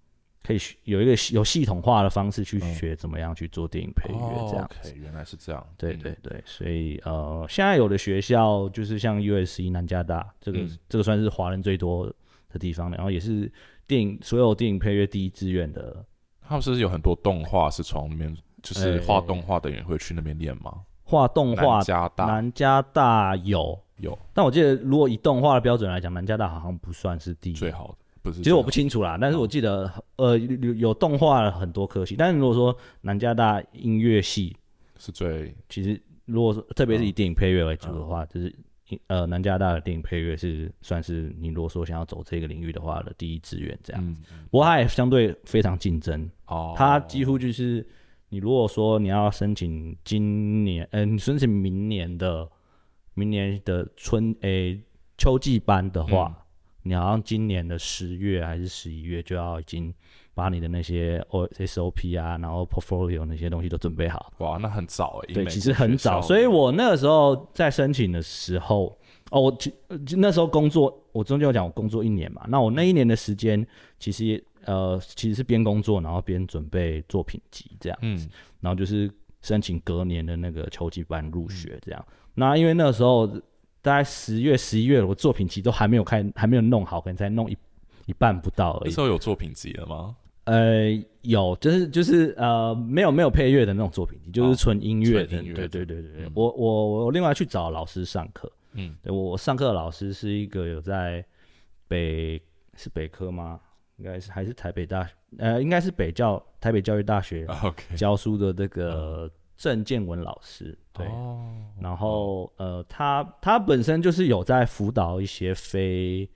[SPEAKER 2] 可以学有一个系有系统化的方式去
[SPEAKER 1] 嗯
[SPEAKER 2] 学怎么样去做电影配乐这样
[SPEAKER 1] 哦
[SPEAKER 2] 子。
[SPEAKER 1] ，OK，原来是这样，
[SPEAKER 2] 对
[SPEAKER 1] 嗯
[SPEAKER 2] 对，对，所以呃，现在有的学校就是像 USC 南加大，这个、
[SPEAKER 1] 嗯
[SPEAKER 2] 这个算是华人最多的地方，然后也是电影所有电影配乐第一志愿的
[SPEAKER 1] 他们是不是有很多动画是从那边，就是
[SPEAKER 2] 哎
[SPEAKER 1] 画动画的人会去那边练吗？
[SPEAKER 2] 画动画
[SPEAKER 1] 南加大
[SPEAKER 2] 南加大有，
[SPEAKER 1] 有
[SPEAKER 2] 但我记得如果以动画的标准来讲，南加大好像不算是第一。
[SPEAKER 1] 最好的，不是最好的？
[SPEAKER 2] 其实我不清楚啦，但是我记得呃有有动画的很多科系，但是如果说南加大音乐系，
[SPEAKER 1] 是最
[SPEAKER 2] 其实如果说特别是以
[SPEAKER 1] 嗯
[SPEAKER 2] 电影配乐为主的话，就是音呃南加大的电影配乐是算是你如果说想要走这个领域的话的第一志愿这样。
[SPEAKER 1] 嗯
[SPEAKER 2] 不过它也相对非常竞争，
[SPEAKER 1] 哦，
[SPEAKER 2] 它几乎就是你如果说你要申请今年，嗯、你申请明年的明年的春诶、秋季班的话，你好像今年的十月还是十一月就要已经把你的那些 O S O P 啊，然后 portfolio 那些东西都准备好。
[SPEAKER 1] 哇，那很早哎、欸，
[SPEAKER 2] 对，
[SPEAKER 1] 英美
[SPEAKER 2] 其实很早，
[SPEAKER 1] 学校
[SPEAKER 2] 所以我那个时候在申请的时候，哦，我其呃其那时候工作，我中间有讲我工作一年嘛，那我那一年的时间，其实呃其实是边工作，然后边准备作品集这样，
[SPEAKER 1] 嗯
[SPEAKER 2] 然后就是申请隔年的那个秋季班
[SPEAKER 1] 嗯
[SPEAKER 2] 入学这样。那因为那个时候大概十月、十一月，我作品集都还没有开，还没有弄好，可能才弄一一半不到而
[SPEAKER 1] 那
[SPEAKER 2] 已
[SPEAKER 1] 时。候有作品集了吗？
[SPEAKER 2] 呃，有，就是就是呃，没有没有配乐的那种作品，就
[SPEAKER 1] 哦
[SPEAKER 2] 是纯音乐的。
[SPEAKER 1] 纯音乐
[SPEAKER 2] 对
[SPEAKER 1] 的
[SPEAKER 2] 对对对对，
[SPEAKER 1] 嗯
[SPEAKER 2] 我我我另外去找老师上课。
[SPEAKER 1] 嗯，
[SPEAKER 2] 对我我上课的老师是一个有在北是北科吗？应该是还 是台北大呃，应该是北教台北教育大学
[SPEAKER 1] 啊 OK，
[SPEAKER 2] 教书的这个郑建文老师，对，
[SPEAKER 1] 哦
[SPEAKER 2] 然后呃，他他本身就是有在辅导一些非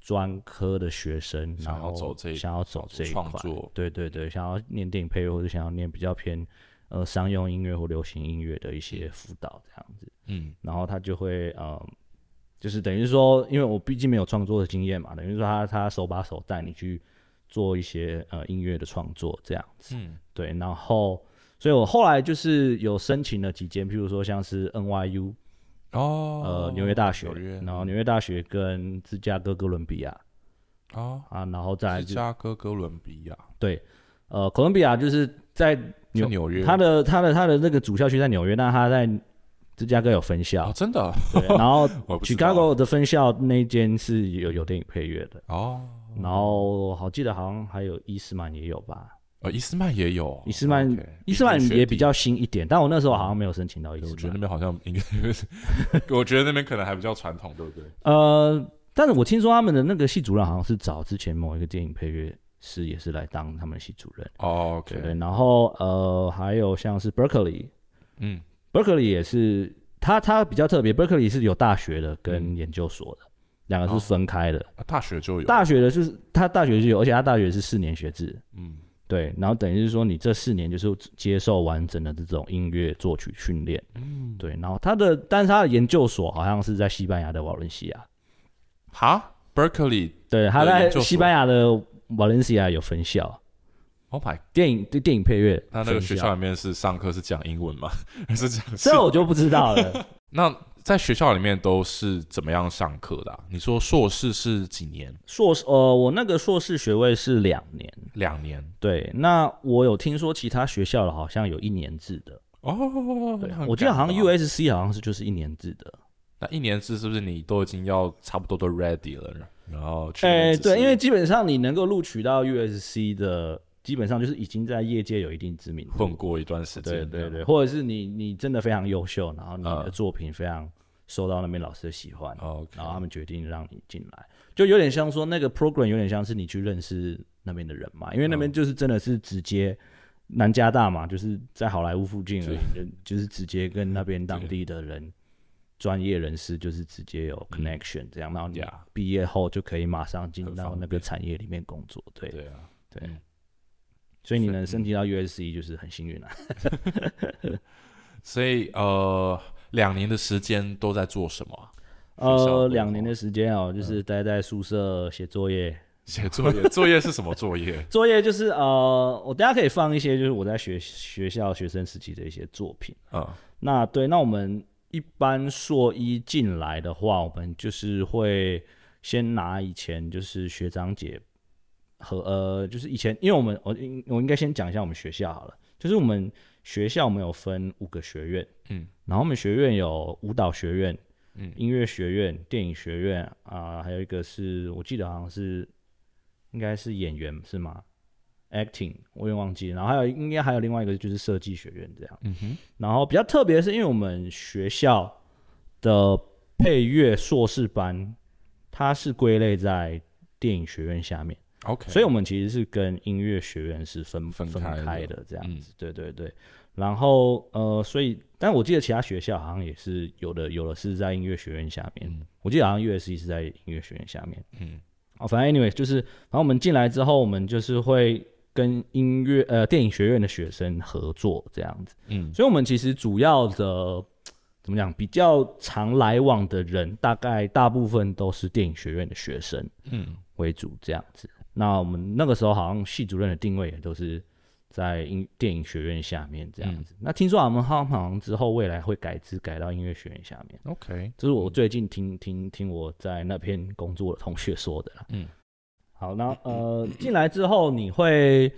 [SPEAKER 2] 专科的学生，
[SPEAKER 1] 想
[SPEAKER 2] 然
[SPEAKER 1] 要
[SPEAKER 2] 后
[SPEAKER 1] 走这一
[SPEAKER 2] 想要走这一块
[SPEAKER 1] 创，作
[SPEAKER 2] 对对对，想要念电影配乐或者想要念比较偏呃商用音乐或流行音乐的一些辅导这样子，
[SPEAKER 1] 嗯
[SPEAKER 2] 然后他就会呃，就是等于说，因为我毕竟没有创作的经验嘛，等于说他他手把手带你去做一些呃音乐的创作这样子。
[SPEAKER 1] 嗯
[SPEAKER 2] 对，然后所以我后来就是有申请了几间，譬如说像是 NYU
[SPEAKER 1] 哦
[SPEAKER 2] 呃纽约大学，
[SPEAKER 1] 纽约嗯
[SPEAKER 2] 然后纽约大学跟芝加哥哥伦比亚
[SPEAKER 1] 哦，
[SPEAKER 2] 啊，然后再来
[SPEAKER 1] 芝
[SPEAKER 2] 就
[SPEAKER 1] 加哥哥伦比亚
[SPEAKER 2] 对呃哥伦比亚就是在
[SPEAKER 1] 在
[SPEAKER 2] 纽
[SPEAKER 1] 纽约，
[SPEAKER 2] 它的它的它的那个主校区在纽约，但它在芝加哥有分校
[SPEAKER 1] 哦，，真的啊，
[SPEAKER 2] 对， 然后
[SPEAKER 1] 我不知道
[SPEAKER 2] Chicago 的分校那间是有有电影配乐的，
[SPEAKER 1] 哦，
[SPEAKER 2] 然后好记得好像还有伊斯曼也有吧，
[SPEAKER 1] 呃，伊斯曼也有，哦
[SPEAKER 2] 伊斯曼
[SPEAKER 1] OK，
[SPEAKER 2] 伊斯曼
[SPEAKER 1] 冰天雪
[SPEAKER 2] 也
[SPEAKER 1] 地
[SPEAKER 2] 比较新一点，但我那时候好像没有申请到伊
[SPEAKER 1] 对
[SPEAKER 2] 斯
[SPEAKER 1] 我觉
[SPEAKER 2] 曼
[SPEAKER 1] 得那。边好像应该是， 我觉得那边可能还比较传统，对不对？
[SPEAKER 2] 呃，但是我听说他们的那个系主任好像是找之前某一个电影配乐师也是来当他们的系主任，
[SPEAKER 1] 哦
[SPEAKER 2] 对
[SPEAKER 1] ，OK，
[SPEAKER 2] 然后呃，还有像是 Berkeley，Berkeley
[SPEAKER 1] 嗯，
[SPEAKER 2] 也是他他比较特别，Berkeley 是有大学的跟研究所的，两个
[SPEAKER 1] 嗯哦
[SPEAKER 2] 是分开的。
[SPEAKER 1] 啊大学就有，
[SPEAKER 2] 大学的就是他大学是有，而且他大学是四年学制，
[SPEAKER 1] 嗯，
[SPEAKER 2] 对，然后等于是说你这四年就是接受完整的这种音乐作曲训练，嗯，对，然后他的但是他的研究所好像是在西班牙的瓦伦西亚。
[SPEAKER 1] 哈，Berkeley，
[SPEAKER 2] 对，他
[SPEAKER 1] 的
[SPEAKER 2] 在
[SPEAKER 1] 研究所
[SPEAKER 2] 西班牙的 Valencia 有分校，
[SPEAKER 1] ，Oh my，
[SPEAKER 2] 电影对电影配乐
[SPEAKER 1] 那
[SPEAKER 2] 分
[SPEAKER 1] 那个学校，里面是上课是讲英文吗？ 还是讲
[SPEAKER 2] 这我就不知道了。
[SPEAKER 1] 那在学校里面都是怎么样上课的啊、你说硕士是几年？
[SPEAKER 2] 硕士，呃，我那个硕士学位是两年，
[SPEAKER 1] 两年
[SPEAKER 2] 对，那我有听说其他学校的好像有一年制的，
[SPEAKER 1] 哦，那很
[SPEAKER 2] 我记得好像
[SPEAKER 1] 赶啊
[SPEAKER 2] USC 好像是就是一年制的，
[SPEAKER 1] 那一年制是不是你都已经要差不多都 ready 了，然后去
[SPEAKER 2] 哎、
[SPEAKER 1] 年制
[SPEAKER 2] 对，
[SPEAKER 1] 是
[SPEAKER 2] 因为基本上你能够录取到 USC 的，基本上就是已经在业界有一定知名度，
[SPEAKER 1] 混过一段时
[SPEAKER 2] 对
[SPEAKER 1] 间，
[SPEAKER 2] 对对，，或者是你你真的非常优秀，然后你的
[SPEAKER 1] 嗯
[SPEAKER 2] 作品非常受到那边老师的喜欢，
[SPEAKER 1] 哦，OK，
[SPEAKER 2] 然后他们决定让你进来，就有点像说那个 program 有点像是你去认识那边的人嘛，因为那边就是真的是直接南加大嘛，就是在好莱坞附近而已，就就是直接跟那边当地的人专业人士就是直接有 connection 这样，然后你
[SPEAKER 1] 嗯 Yeah
[SPEAKER 2] 毕业后就可以马上进
[SPEAKER 1] 很
[SPEAKER 2] 到
[SPEAKER 1] 方
[SPEAKER 2] 那个产业里面工作，对
[SPEAKER 1] 对啊，
[SPEAKER 2] 对
[SPEAKER 1] 嗯，
[SPEAKER 2] 所以你
[SPEAKER 1] 所以
[SPEAKER 2] 能升级到 USC 就是很幸运啊了、
[SPEAKER 1] 所以呃，两年的时间都在做什么啊？学校嗯规划
[SPEAKER 2] 呃，两年的时间哦，就是待在宿舍写 作业。
[SPEAKER 1] 写作业，作业是什么作业？
[SPEAKER 2] 作业就是呃，我等下可以放一些，就是我在学学校学生时期的一些作品。
[SPEAKER 1] 嗯，
[SPEAKER 2] 那对，那我们一般硕一进来的话，我们就是会先拿以前就是学长姐和呃，就是以前，因为我们我应我应该先讲一下我们学校好了，就是我们学校我们有分五个学院，
[SPEAKER 1] 嗯，
[SPEAKER 2] 然后我们学院有舞蹈学院，
[SPEAKER 1] 嗯
[SPEAKER 2] 音乐学院、电影学院啊、还有一个是我记得好像是应该是演员是吗？acting 我也忘记了，然后还有应该还有另外一个就是设计学院这样，
[SPEAKER 1] 嗯哼，
[SPEAKER 2] 然后比较特别的是，因为我们学校的配乐硕士班，它是归类在电影学院下面，
[SPEAKER 1] OK，
[SPEAKER 2] 所以我们其实是跟音乐学院是分
[SPEAKER 1] 分
[SPEAKER 2] 分
[SPEAKER 1] 开的
[SPEAKER 2] 开的这样
[SPEAKER 1] 嗯
[SPEAKER 2] 子。对对对。然后呃，所以但我记得其他学校好像也是有的，有的是在音乐学院下面，
[SPEAKER 1] 嗯
[SPEAKER 2] 我记得好像 USC 是在音乐学院下面。
[SPEAKER 1] 嗯
[SPEAKER 2] 哦，反正 anyway 就是，反正我们进来之后，我们就是会跟音乐呃电影学院的学生合作这样子，
[SPEAKER 1] 嗯
[SPEAKER 2] 所以我们其实主要的怎么讲，比较常来往的人，大概大部分都是电影学院的学生
[SPEAKER 1] 嗯
[SPEAKER 2] 为主这样子。那我们那个时候好像系主任的定位也都是在音电影学院下面这样子。那听说啊我们好像之后未来会改制改到音乐学院下面。
[SPEAKER 1] ，OK，
[SPEAKER 2] 这是我最近听听听我在那边工作的同学说的啦。
[SPEAKER 1] 嗯，
[SPEAKER 2] 好，那呃，进来之后你会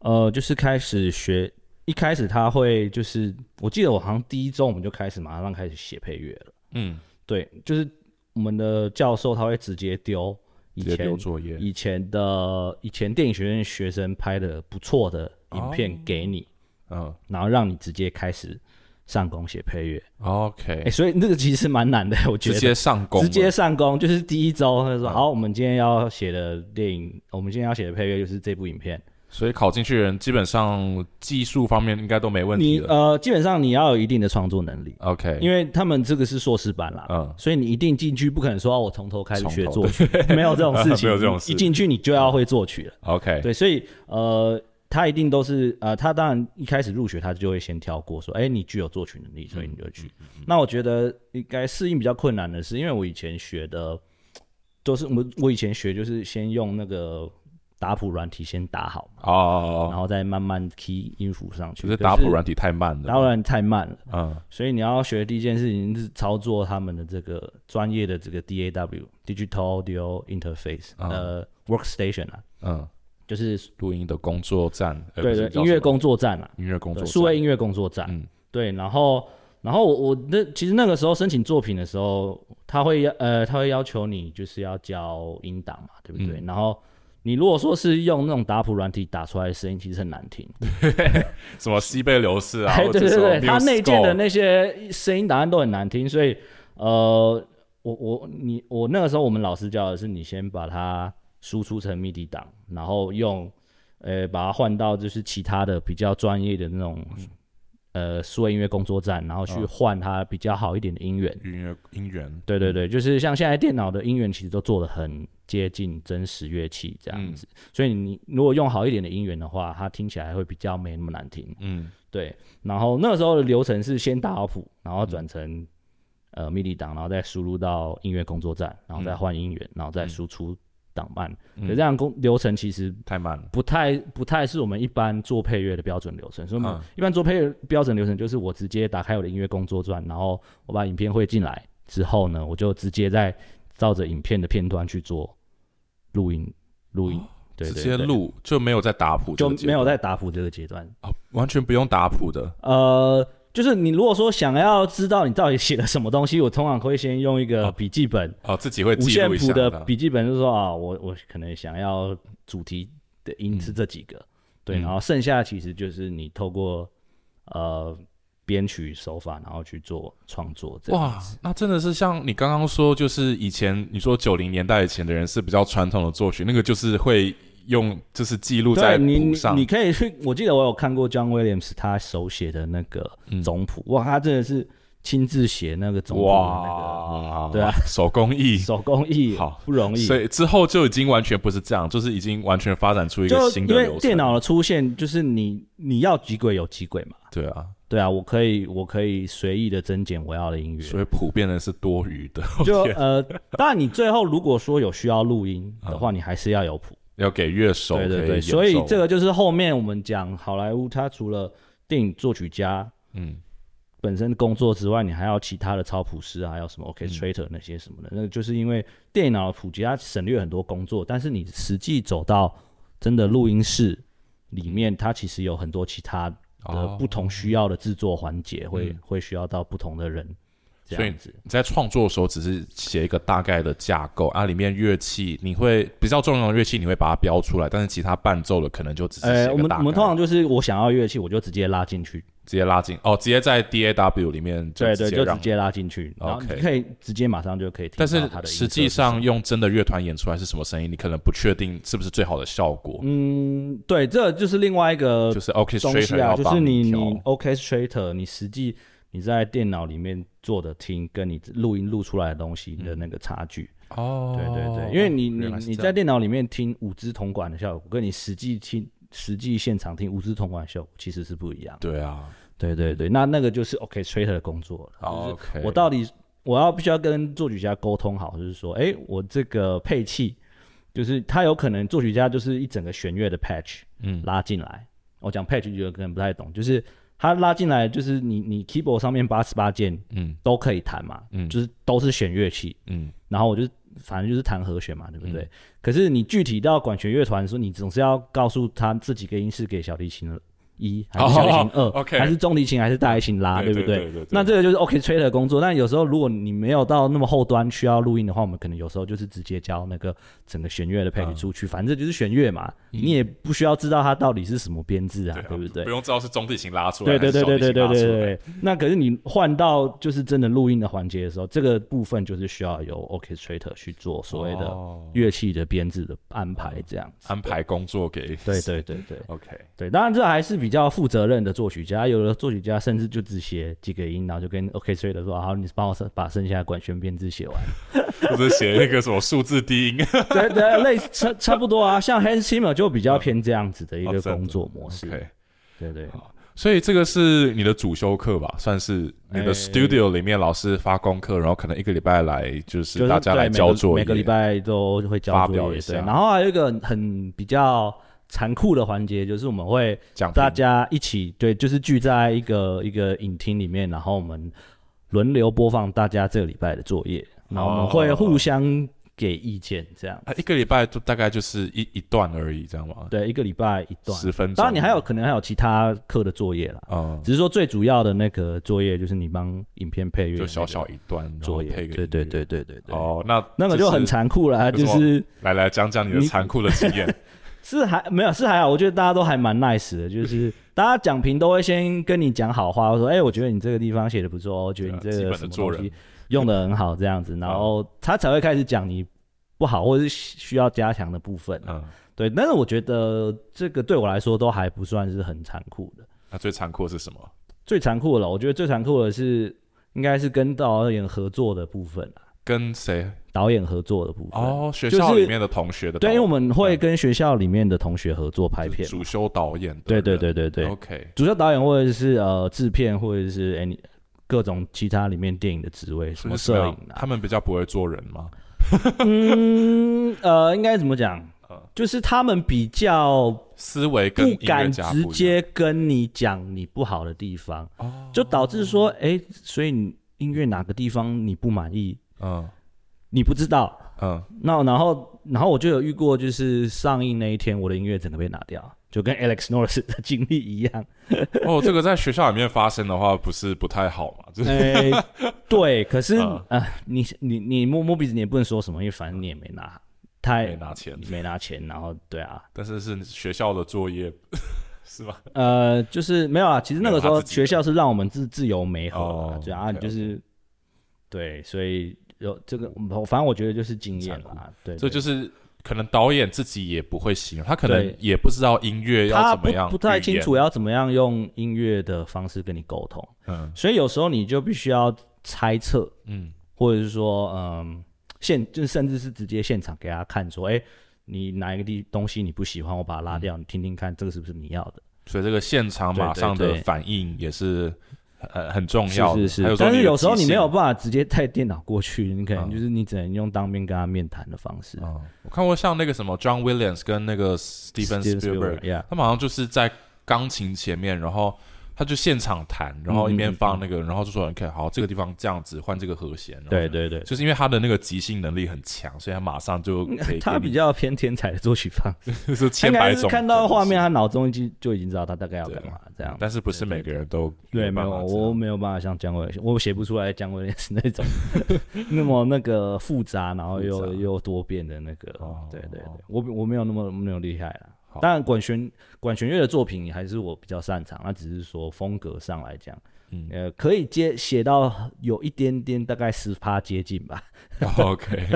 [SPEAKER 2] 呃，就是开始学，一开始他会就是，我记得我好像第一周我们就开始马上开始写配乐了。
[SPEAKER 1] 嗯，
[SPEAKER 2] 对，就是我们的教授他会直接丢以
[SPEAKER 1] 直接
[SPEAKER 2] 前
[SPEAKER 1] 丢作业，
[SPEAKER 2] 以前的以前电影学院学生拍的不错的影
[SPEAKER 1] 哦
[SPEAKER 2] 片给你，
[SPEAKER 1] 嗯
[SPEAKER 2] 然后让你直接开始上工写配乐。哎、
[SPEAKER 1] ，OK，
[SPEAKER 2] 所以那个其实蛮难的，我觉
[SPEAKER 1] 直
[SPEAKER 2] 得。
[SPEAKER 1] 接上工了，
[SPEAKER 2] 直接上工，就是第一周他就说、好，我们今天要写的电影，我们今天要写的配乐就是这部影片，
[SPEAKER 1] 所以考进去的人基本上技术方面应该都没问题
[SPEAKER 2] 你
[SPEAKER 1] 了。
[SPEAKER 2] 呃，基本上你要有一定的创作能力，
[SPEAKER 1] OK，
[SPEAKER 2] 因
[SPEAKER 1] 为
[SPEAKER 2] 为他们这个是硕士班啦，
[SPEAKER 1] 嗯
[SPEAKER 2] 所以你一定进去不可能说、啊、我从头开始
[SPEAKER 1] 从
[SPEAKER 2] 学
[SPEAKER 1] 头
[SPEAKER 2] 作曲，没有这种事 情，
[SPEAKER 1] 没有这种事
[SPEAKER 2] 一进去你就要会作曲了。
[SPEAKER 1] OK，
[SPEAKER 2] 对，所以呃，他一定都是呃，他当然一开始入学他就会先挑过说，哎、你具有作曲能力，所以你就去。
[SPEAKER 1] 嗯
[SPEAKER 2] 那我觉得应该适应比较困难的是，因为我以前学的都是我我以前学就是先用那个打谱软体先打好嘛，
[SPEAKER 1] 哦哦，
[SPEAKER 2] 然
[SPEAKER 1] 哦
[SPEAKER 2] 后再慢慢 key 音符上去。
[SPEAKER 1] 就是打谱软
[SPEAKER 2] 体，
[SPEAKER 1] 体太慢
[SPEAKER 2] 打谱
[SPEAKER 1] 了。
[SPEAKER 2] 软体太慢了。
[SPEAKER 1] 嗯
[SPEAKER 2] 所以你要学的第一件事情是操作他们的这个专业的这个 DAW Digital Audio Interface，、
[SPEAKER 1] 啊
[SPEAKER 2] 呃，Workstation 啊，
[SPEAKER 1] 嗯，
[SPEAKER 2] 就是
[SPEAKER 1] 录音的工作站，呃
[SPEAKER 2] 对
[SPEAKER 1] 不
[SPEAKER 2] 对
[SPEAKER 1] 是叫
[SPEAKER 2] 音乐
[SPEAKER 1] 什么
[SPEAKER 2] 工作站啊，
[SPEAKER 1] 音乐工
[SPEAKER 2] 对
[SPEAKER 1] 作
[SPEAKER 2] 数位
[SPEAKER 1] 站
[SPEAKER 2] 音乐工作站，
[SPEAKER 1] 嗯
[SPEAKER 2] 对，然后然后我我那其实那个时候申请作品的时候，他会呃他会要求你就是要教音档嘛，对不
[SPEAKER 1] 嗯
[SPEAKER 2] 对？然后你如果说是用那种打谱软体打出来的声音，其实很难听，
[SPEAKER 1] 什么西贝流士啊，
[SPEAKER 2] 哎，
[SPEAKER 1] 或者
[SPEAKER 2] 对对
[SPEAKER 1] 什么
[SPEAKER 2] 对，它
[SPEAKER 1] New
[SPEAKER 2] 内建
[SPEAKER 1] Score
[SPEAKER 2] 的那些声音档案都很难听，所以呃，我我你我那个时候我们老师教的是，你先把它输出成 MIDI 档，然后用呃把它换到就是其他的比较专业的那种。呃，数位音乐工作站，然后去换它比较好一点的音源。
[SPEAKER 1] 音乐音源，
[SPEAKER 2] 对对对，就是像现在电脑的音源，其实都做的很接近真实乐器这样子。
[SPEAKER 1] 嗯
[SPEAKER 2] 所以你如果用好一点的音源的话，它听起来会比较没那么难听。
[SPEAKER 1] 嗯
[SPEAKER 2] 对，然后那个时候的流程是先打好谱，
[SPEAKER 1] 嗯
[SPEAKER 2] 然后转成、呃 MIDI 档，然后再输入到音乐工作站，然后再
[SPEAKER 1] 嗯
[SPEAKER 2] 换音源，然后再输出档案。可是这样工流程其实
[SPEAKER 1] 太慢了，
[SPEAKER 2] 不太不太是我们一般做配乐的标准流程。所以我们
[SPEAKER 1] 嗯
[SPEAKER 2] 一般做配乐标准流程就是我直接打开我的音乐工作站，然后我把影片汇进来之后呢，我就直接再照着影片的片段去做录音录音。对
[SPEAKER 1] 哦直
[SPEAKER 2] 对
[SPEAKER 1] 接
[SPEAKER 2] 对
[SPEAKER 1] 录就没有在打谱这
[SPEAKER 2] 就
[SPEAKER 1] 个阶段，
[SPEAKER 2] 没有在打谱这个阶段，
[SPEAKER 1] 哦，完全不用打谱的，
[SPEAKER 2] 呃，就是你如果说想要知道你到底写了什么东西，我通常会先用一个
[SPEAKER 1] 哦
[SPEAKER 2] 笔记本，
[SPEAKER 1] 哦，自己会
[SPEAKER 2] 五
[SPEAKER 1] 记
[SPEAKER 2] 线
[SPEAKER 1] 录一
[SPEAKER 2] 谱
[SPEAKER 1] 下
[SPEAKER 2] 的
[SPEAKER 1] 的
[SPEAKER 2] 笔记本，就是说啊，我我可能想要主题的音是这几个，对，
[SPEAKER 1] 嗯
[SPEAKER 2] 然后剩下其实就是你透过呃编曲手法，然后去做创作这样
[SPEAKER 1] 哇
[SPEAKER 2] 子。，
[SPEAKER 1] 那真的是像你刚刚说，就是以前你说九零年代以前的人是比较传统的作曲，那个就是会用，就是记录在
[SPEAKER 2] 对你，
[SPEAKER 1] 谱
[SPEAKER 2] 你
[SPEAKER 1] 上
[SPEAKER 2] 你可以去，我记得我有看过 John Williams 他手写的那个
[SPEAKER 1] 嗯
[SPEAKER 2] 总谱，哇，他真的是亲自写那个总谱的那个
[SPEAKER 1] 哇，
[SPEAKER 2] 对啊，
[SPEAKER 1] 手工艺。
[SPEAKER 2] 手工艺，
[SPEAKER 1] 好
[SPEAKER 2] 不容易。
[SPEAKER 1] 所以之后就已经完全不是这样，就是已经完全发展出一个
[SPEAKER 2] 就
[SPEAKER 1] 新的
[SPEAKER 2] 因
[SPEAKER 1] 流
[SPEAKER 2] 为
[SPEAKER 1] 程。
[SPEAKER 2] 电脑的出现，就是你你要几轨有几轨嘛。
[SPEAKER 1] 对啊，
[SPEAKER 2] 对啊，我可以我可以随意的增减我要的音乐。
[SPEAKER 1] 所以谱变得是多余的，
[SPEAKER 2] 就呃，当然你最后如果说有需要录音的话，你还是要有谱。
[SPEAKER 1] 要给乐手
[SPEAKER 2] 对对
[SPEAKER 1] 可
[SPEAKER 2] 对，
[SPEAKER 1] 演
[SPEAKER 2] 所以
[SPEAKER 1] 奏
[SPEAKER 2] 这个就是后面我们讲好莱坞，它除了电影作曲家
[SPEAKER 1] 嗯
[SPEAKER 2] 本身工作之外，你还要其他的超谱师啊，还有什么 orchestrator 那些什么的。那就是因为电脑的普及，它省略很多工作，但是你实际走到真的录音室里面，它其实有很多其他的
[SPEAKER 1] 哦
[SPEAKER 2] 不同需要的制作环节，会会需要到不同的人这
[SPEAKER 1] 所以
[SPEAKER 2] 样子。
[SPEAKER 1] 你在创作的时候只是写一个大概的架构啊，里面乐器你会比较重要的乐器你会把它标出来，但是其他伴奏的可能就只是写一
[SPEAKER 2] 呃，
[SPEAKER 1] 个
[SPEAKER 2] 我们
[SPEAKER 1] 大
[SPEAKER 2] 我们
[SPEAKER 1] 概
[SPEAKER 2] 通常就是我想要乐器，我就直接拉进去，
[SPEAKER 1] 直接拉进哦，直接在 DAW 里面就
[SPEAKER 2] 对
[SPEAKER 1] 直
[SPEAKER 2] 对，
[SPEAKER 1] 接
[SPEAKER 2] 就
[SPEAKER 1] 让
[SPEAKER 2] 直接拉进去，然后你
[SPEAKER 1] OK
[SPEAKER 2] 可以直接马上就可以听
[SPEAKER 1] 但
[SPEAKER 2] 到
[SPEAKER 1] 是
[SPEAKER 2] 它的音色是什么。
[SPEAKER 1] 实际上用真的乐团演出来是什么声音，你可能不确定是不是最好的效果，
[SPEAKER 2] 嗯，对，这就是另外一个
[SPEAKER 1] 就是
[SPEAKER 2] 东
[SPEAKER 1] orchestrator
[SPEAKER 2] 西啊，
[SPEAKER 1] 要
[SPEAKER 2] 就是
[SPEAKER 1] 帮
[SPEAKER 2] 你你
[SPEAKER 1] 调。
[SPEAKER 2] orchestrator，你实际你在电脑里面做的听，跟你录音录出来的东西的那个差距。
[SPEAKER 1] 哦，
[SPEAKER 2] 对对对，因为你
[SPEAKER 1] 原来
[SPEAKER 2] 你
[SPEAKER 1] 是
[SPEAKER 2] 你
[SPEAKER 1] 这
[SPEAKER 2] 在
[SPEAKER 1] 样
[SPEAKER 2] 电脑里面听五支铜管的效果，跟你实际听实际现场听五支铜管的效果其实是不一样的。
[SPEAKER 1] 对啊
[SPEAKER 2] 对对对，那那个就是 orchestrator 的工作了。
[SPEAKER 1] 哦，OK，
[SPEAKER 2] 我到底我要必须要跟作曲家沟通好，就是说，哎、我这个配器，就是他有可能作曲家就是一整个弦乐的 patch，
[SPEAKER 1] 嗯
[SPEAKER 2] 拉进来。我讲 patch 有可能不太懂，就是他拉进来，就是你你 keyboard 上面八十八键
[SPEAKER 1] 嗯
[SPEAKER 2] 都可以弹嘛，
[SPEAKER 1] 嗯
[SPEAKER 2] 就是都是弦乐器，
[SPEAKER 1] 嗯
[SPEAKER 2] 然后我就反正就是弹和弦嘛，对不对？可是你具体到管弦乐团的时候，你总是要告诉他这几个音是给小提琴一，还是小提琴
[SPEAKER 1] 哦
[SPEAKER 2] 二，
[SPEAKER 1] OK
[SPEAKER 2] 还是中提琴，还是大提琴拉，
[SPEAKER 1] 对
[SPEAKER 2] 不
[SPEAKER 1] 对对对对
[SPEAKER 2] 那这个就是 OK 吹的工作。但有时候如果你没有到那么后端需要录音的话，我们可能有时候就是直接交那个整个弦乐的配
[SPEAKER 1] 嗯
[SPEAKER 2] a 出去，反正就是弦乐嘛，你也不需要知道它到底是什么编制啊，对不对
[SPEAKER 1] 不？用知道是中地型拉出来，
[SPEAKER 2] 对对对对对对
[SPEAKER 1] 还是小
[SPEAKER 2] 对
[SPEAKER 1] 提琴拉出来。
[SPEAKER 2] 对。 那可是你换到就是真的录音的环节的时候，这个部分就是需要由 orchestrator 去做所谓的
[SPEAKER 1] 哦
[SPEAKER 2] 乐器的编制的安排，这样子。
[SPEAKER 1] 安排工作给
[SPEAKER 2] 对对对对
[SPEAKER 1] OK，
[SPEAKER 2] 对，当然这还是比较负责任的作曲家，有的作曲家甚至就只写几个音，然后就跟 orchestrator 说：“啊好，你帮我剩把剩下的管弦编制 写完。”
[SPEAKER 1] 或者写那个什么数字低音
[SPEAKER 2] 对对，类似差差不多啊。像 Hans Zimmer 就比较偏这样子的一
[SPEAKER 1] 哦
[SPEAKER 2] 个
[SPEAKER 1] 真的
[SPEAKER 2] 工作模式。
[SPEAKER 1] ，OK。
[SPEAKER 2] 对对
[SPEAKER 1] 所以这个是你的主修课吧，算是你的
[SPEAKER 2] 哎
[SPEAKER 1] studio 里面老师发功课，然后可能一个礼拜来就
[SPEAKER 2] 就是是
[SPEAKER 1] 大家
[SPEAKER 2] 对
[SPEAKER 1] 来交作业，
[SPEAKER 2] 每个，每个礼拜都会交
[SPEAKER 1] 发
[SPEAKER 2] 作
[SPEAKER 1] 表
[SPEAKER 2] 业
[SPEAKER 1] 一
[SPEAKER 2] 对
[SPEAKER 1] 下
[SPEAKER 2] 然后还有一个很比较残酷的环节，就是我 们会
[SPEAKER 1] 讲评
[SPEAKER 2] 大家一起对，就是聚在一个一个影厅里面，然后我们轮流播放大家这个礼拜的作业，然后我们
[SPEAKER 1] 哦
[SPEAKER 2] 会互相给意见，这样。
[SPEAKER 1] 啊一个礼拜就大概就是一一段而已，这样吗？
[SPEAKER 2] 对，一个礼拜一段。
[SPEAKER 1] 十分钟。
[SPEAKER 2] 当然，你还有可能还有其他课的作业啦，
[SPEAKER 1] 嗯，
[SPEAKER 2] 只是说最主要的那个作业就是你帮影片配乐、
[SPEAKER 1] 就小小一段然后
[SPEAKER 2] 作业，
[SPEAKER 1] 配个
[SPEAKER 2] 对对
[SPEAKER 1] 音乐
[SPEAKER 2] 对对对对。
[SPEAKER 1] 哦，那
[SPEAKER 2] 那个就很
[SPEAKER 1] 是
[SPEAKER 2] 残酷啦，
[SPEAKER 1] 有什
[SPEAKER 2] 就
[SPEAKER 1] 么
[SPEAKER 2] 是
[SPEAKER 1] 来来讲讲你的
[SPEAKER 2] 你
[SPEAKER 1] 残酷的经 验，
[SPEAKER 2] 是还没有是还好，我觉得大家都还蛮 nice 的，就是 大家讲评都会先跟你讲好话，说哎、我觉得你这个地方写的不错，哦，我觉得你
[SPEAKER 1] 对
[SPEAKER 2] 这
[SPEAKER 1] 啊基本
[SPEAKER 2] 个
[SPEAKER 1] 的
[SPEAKER 2] 什么
[SPEAKER 1] 做
[SPEAKER 2] 东
[SPEAKER 1] 人嗯
[SPEAKER 2] 西用的很好这样子，然后他才会开始讲你不好或者是需要加强的部分。
[SPEAKER 1] 嗯，
[SPEAKER 2] 对，但是我觉得这个对我来说都还不算是很残酷的，
[SPEAKER 1] 那最残酷的是什么？
[SPEAKER 2] 最残酷的了，我觉得最残酷的是应该是跟导演合作的部分啊
[SPEAKER 1] 跟谁？
[SPEAKER 2] 导演合作的部分。
[SPEAKER 1] 哦，学
[SPEAKER 2] 就是
[SPEAKER 1] 校里面的同学的导，
[SPEAKER 2] 对，因为我们会
[SPEAKER 1] 嗯
[SPEAKER 2] 跟学校里面的同学合作拍
[SPEAKER 1] 就是
[SPEAKER 2] 片嘛。
[SPEAKER 1] 主修导演的
[SPEAKER 2] 对
[SPEAKER 1] 人，
[SPEAKER 2] 对对对对。
[SPEAKER 1] ，OK，
[SPEAKER 2] 主要导演或者是呃制片或者是哎你各种其他里面电影的职位，什
[SPEAKER 1] 所
[SPEAKER 2] 么
[SPEAKER 1] 以
[SPEAKER 2] 摄
[SPEAKER 1] 是这
[SPEAKER 2] 影
[SPEAKER 1] 样
[SPEAKER 2] 啊，
[SPEAKER 1] 他们比较不会做人吗？
[SPEAKER 2] 嗯呃，应该怎么讲
[SPEAKER 1] 嗯？
[SPEAKER 2] 就是他们比较
[SPEAKER 1] 思维跟
[SPEAKER 2] 不
[SPEAKER 1] 音乐
[SPEAKER 2] 敢
[SPEAKER 1] 家
[SPEAKER 2] 直
[SPEAKER 1] 不一样
[SPEAKER 2] 接跟你讲你不好的地方，
[SPEAKER 1] 哦，
[SPEAKER 2] 就导致说，哎，所以你音乐哪个地方你不满意，
[SPEAKER 1] 嗯
[SPEAKER 2] 你不知道，
[SPEAKER 1] 嗯，
[SPEAKER 2] 那然后然后我就有遇过，就是上映那一天，我的音乐整个被拿掉，就跟 Alex Norris 的经历一样。
[SPEAKER 1] 哦，这个在学校里面发生的话，不是不太好嘛？ 就是
[SPEAKER 2] 哎、对，可是
[SPEAKER 1] 嗯
[SPEAKER 2] 啊、你你你摸摸鼻子，你也不能说什么，因为反正你也没拿，太
[SPEAKER 1] 没拿钱
[SPEAKER 2] 你，没拿钱，然后对啊，
[SPEAKER 1] 但是是学校的作业 是吧？
[SPEAKER 2] 呃，就是没有啊。其实那个时
[SPEAKER 1] 没有
[SPEAKER 2] 候
[SPEAKER 1] 他自己的
[SPEAKER 2] 学校是让我们自自由媒合
[SPEAKER 1] 哦
[SPEAKER 2] 的，对啊，
[SPEAKER 1] OK，OK
[SPEAKER 2] 就是对，所以有这个，我反正我觉得就是经验
[SPEAKER 1] 很
[SPEAKER 2] 啦，对，
[SPEAKER 1] 这
[SPEAKER 2] 对
[SPEAKER 1] 就是可能导演自己也不会形容，他可能
[SPEAKER 2] 对
[SPEAKER 1] 也不知道音乐要
[SPEAKER 2] 他
[SPEAKER 1] 怎么样
[SPEAKER 2] 不不太
[SPEAKER 1] 语
[SPEAKER 2] 清
[SPEAKER 1] 言
[SPEAKER 2] 楚啊要怎么样用音乐的方式跟你沟通，
[SPEAKER 1] 嗯
[SPEAKER 2] 所以有时候你就必须要猜测，
[SPEAKER 1] 嗯
[SPEAKER 2] 或者是说，嗯，现就是甚至是直接现场给他看，说，哎、你哪一个地东西你不喜欢，我把它
[SPEAKER 1] 嗯
[SPEAKER 2] 拉掉，你听听看，这个是不是你要的？
[SPEAKER 1] 所以这个现场
[SPEAKER 2] 对
[SPEAKER 1] 马
[SPEAKER 2] 对
[SPEAKER 1] 上的
[SPEAKER 2] 对
[SPEAKER 1] 反应也是呃很很重要的。
[SPEAKER 2] 是
[SPEAKER 1] 还
[SPEAKER 2] 是
[SPEAKER 1] 有说
[SPEAKER 2] 是，但是
[SPEAKER 1] 的
[SPEAKER 2] 有时候
[SPEAKER 1] 即
[SPEAKER 2] 你没
[SPEAKER 1] 兴
[SPEAKER 2] 有办法直接带电脑过去，你可
[SPEAKER 1] 嗯
[SPEAKER 2] 能就是你只能用当面跟他面谈的方式。
[SPEAKER 1] 嗯，我看过像那个什么 John Williams 跟那个 Steven
[SPEAKER 2] Steven
[SPEAKER 1] Spielberg，
[SPEAKER 2] Spielberg，yeah
[SPEAKER 1] 他们好像就是在钢琴前面，然后他就现场弹，
[SPEAKER 2] 嗯
[SPEAKER 1] 然后一边放那个，然后就说你看好这个地方这样子换这个和弦，然后
[SPEAKER 2] 对对对，
[SPEAKER 1] 就是因为他的那个即兴能力很强，所以他马上 就可以
[SPEAKER 2] 他
[SPEAKER 1] 给
[SPEAKER 2] 比
[SPEAKER 1] 你
[SPEAKER 2] 较偏天才的作曲方式，
[SPEAKER 1] 就是
[SPEAKER 2] 他
[SPEAKER 1] 千
[SPEAKER 2] 应
[SPEAKER 1] 百
[SPEAKER 2] 该是
[SPEAKER 1] 种
[SPEAKER 2] 看到画面，
[SPEAKER 1] 可
[SPEAKER 2] 他脑中就就已经知道他大概要
[SPEAKER 1] 对
[SPEAKER 2] 干嘛这样
[SPEAKER 1] 能性，。但是不是每个人都
[SPEAKER 2] 对，没
[SPEAKER 1] 办
[SPEAKER 2] 有，
[SPEAKER 1] 法这样
[SPEAKER 2] 我没有办法像姜维，我写不出来姜维是那 种那么那个复杂，然后
[SPEAKER 1] 复
[SPEAKER 2] 又
[SPEAKER 1] 杂
[SPEAKER 2] 又多变的那个。
[SPEAKER 1] 哦
[SPEAKER 2] 对对对，我我没有那么没有厉害啦
[SPEAKER 1] 好。
[SPEAKER 2] 当然，管弦管弦乐的作品还是我比较擅长，那只是说风格上来讲，
[SPEAKER 1] 嗯
[SPEAKER 2] 呃，可以接写到有一点点大概十趴接近吧，
[SPEAKER 1] OK，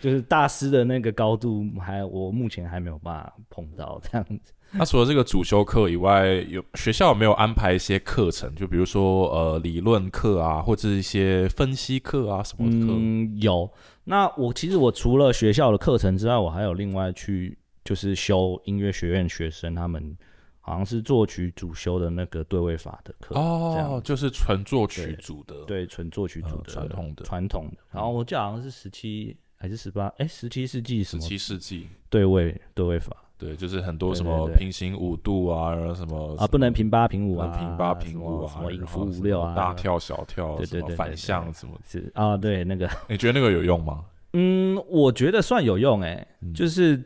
[SPEAKER 2] 就是大师的那个高度还我目前还没有办法碰到这样子。
[SPEAKER 1] 那除了这个主修课以外，有学校有没有安排一些课程？就比如说呃理论课啊，或者一些分析课啊什么的课？
[SPEAKER 2] 嗯，有。那我其实我除了学校的课程之外，我还有另外去就是修音乐学院学生他们好像是作曲主修的那个对位法的课，这
[SPEAKER 1] 哦
[SPEAKER 2] 样，
[SPEAKER 1] 就是纯作曲组的，
[SPEAKER 2] 对，纯作曲
[SPEAKER 1] 呃，
[SPEAKER 2] 组的
[SPEAKER 1] 传统的
[SPEAKER 2] 传统的。然后我记得好像是十七还是十八，哎，十七世纪什
[SPEAKER 1] 十
[SPEAKER 2] 么
[SPEAKER 1] 七世纪，
[SPEAKER 2] 对位对位法
[SPEAKER 1] 对，就是很多
[SPEAKER 2] 对
[SPEAKER 1] 什么
[SPEAKER 2] 对对
[SPEAKER 1] 平行五度啊，然后什么
[SPEAKER 2] 啊，不能平八平五
[SPEAKER 1] 什么
[SPEAKER 2] 啊，
[SPEAKER 1] 平八
[SPEAKER 2] 什
[SPEAKER 1] 平
[SPEAKER 2] 么
[SPEAKER 1] 五啊，
[SPEAKER 2] 什么影
[SPEAKER 1] 然
[SPEAKER 2] 符
[SPEAKER 1] 后什
[SPEAKER 2] 五
[SPEAKER 1] 么
[SPEAKER 2] 六啊，
[SPEAKER 1] 大跳小跳，
[SPEAKER 2] 对
[SPEAKER 1] 什
[SPEAKER 2] 对
[SPEAKER 1] 么
[SPEAKER 2] 对对
[SPEAKER 1] 反
[SPEAKER 2] 对
[SPEAKER 1] 向
[SPEAKER 2] 对
[SPEAKER 1] 什么的？
[SPEAKER 2] 是啊，对那个
[SPEAKER 1] 你觉得那个有用吗？嗯
[SPEAKER 2] 嗯，我觉得算有用诶、就是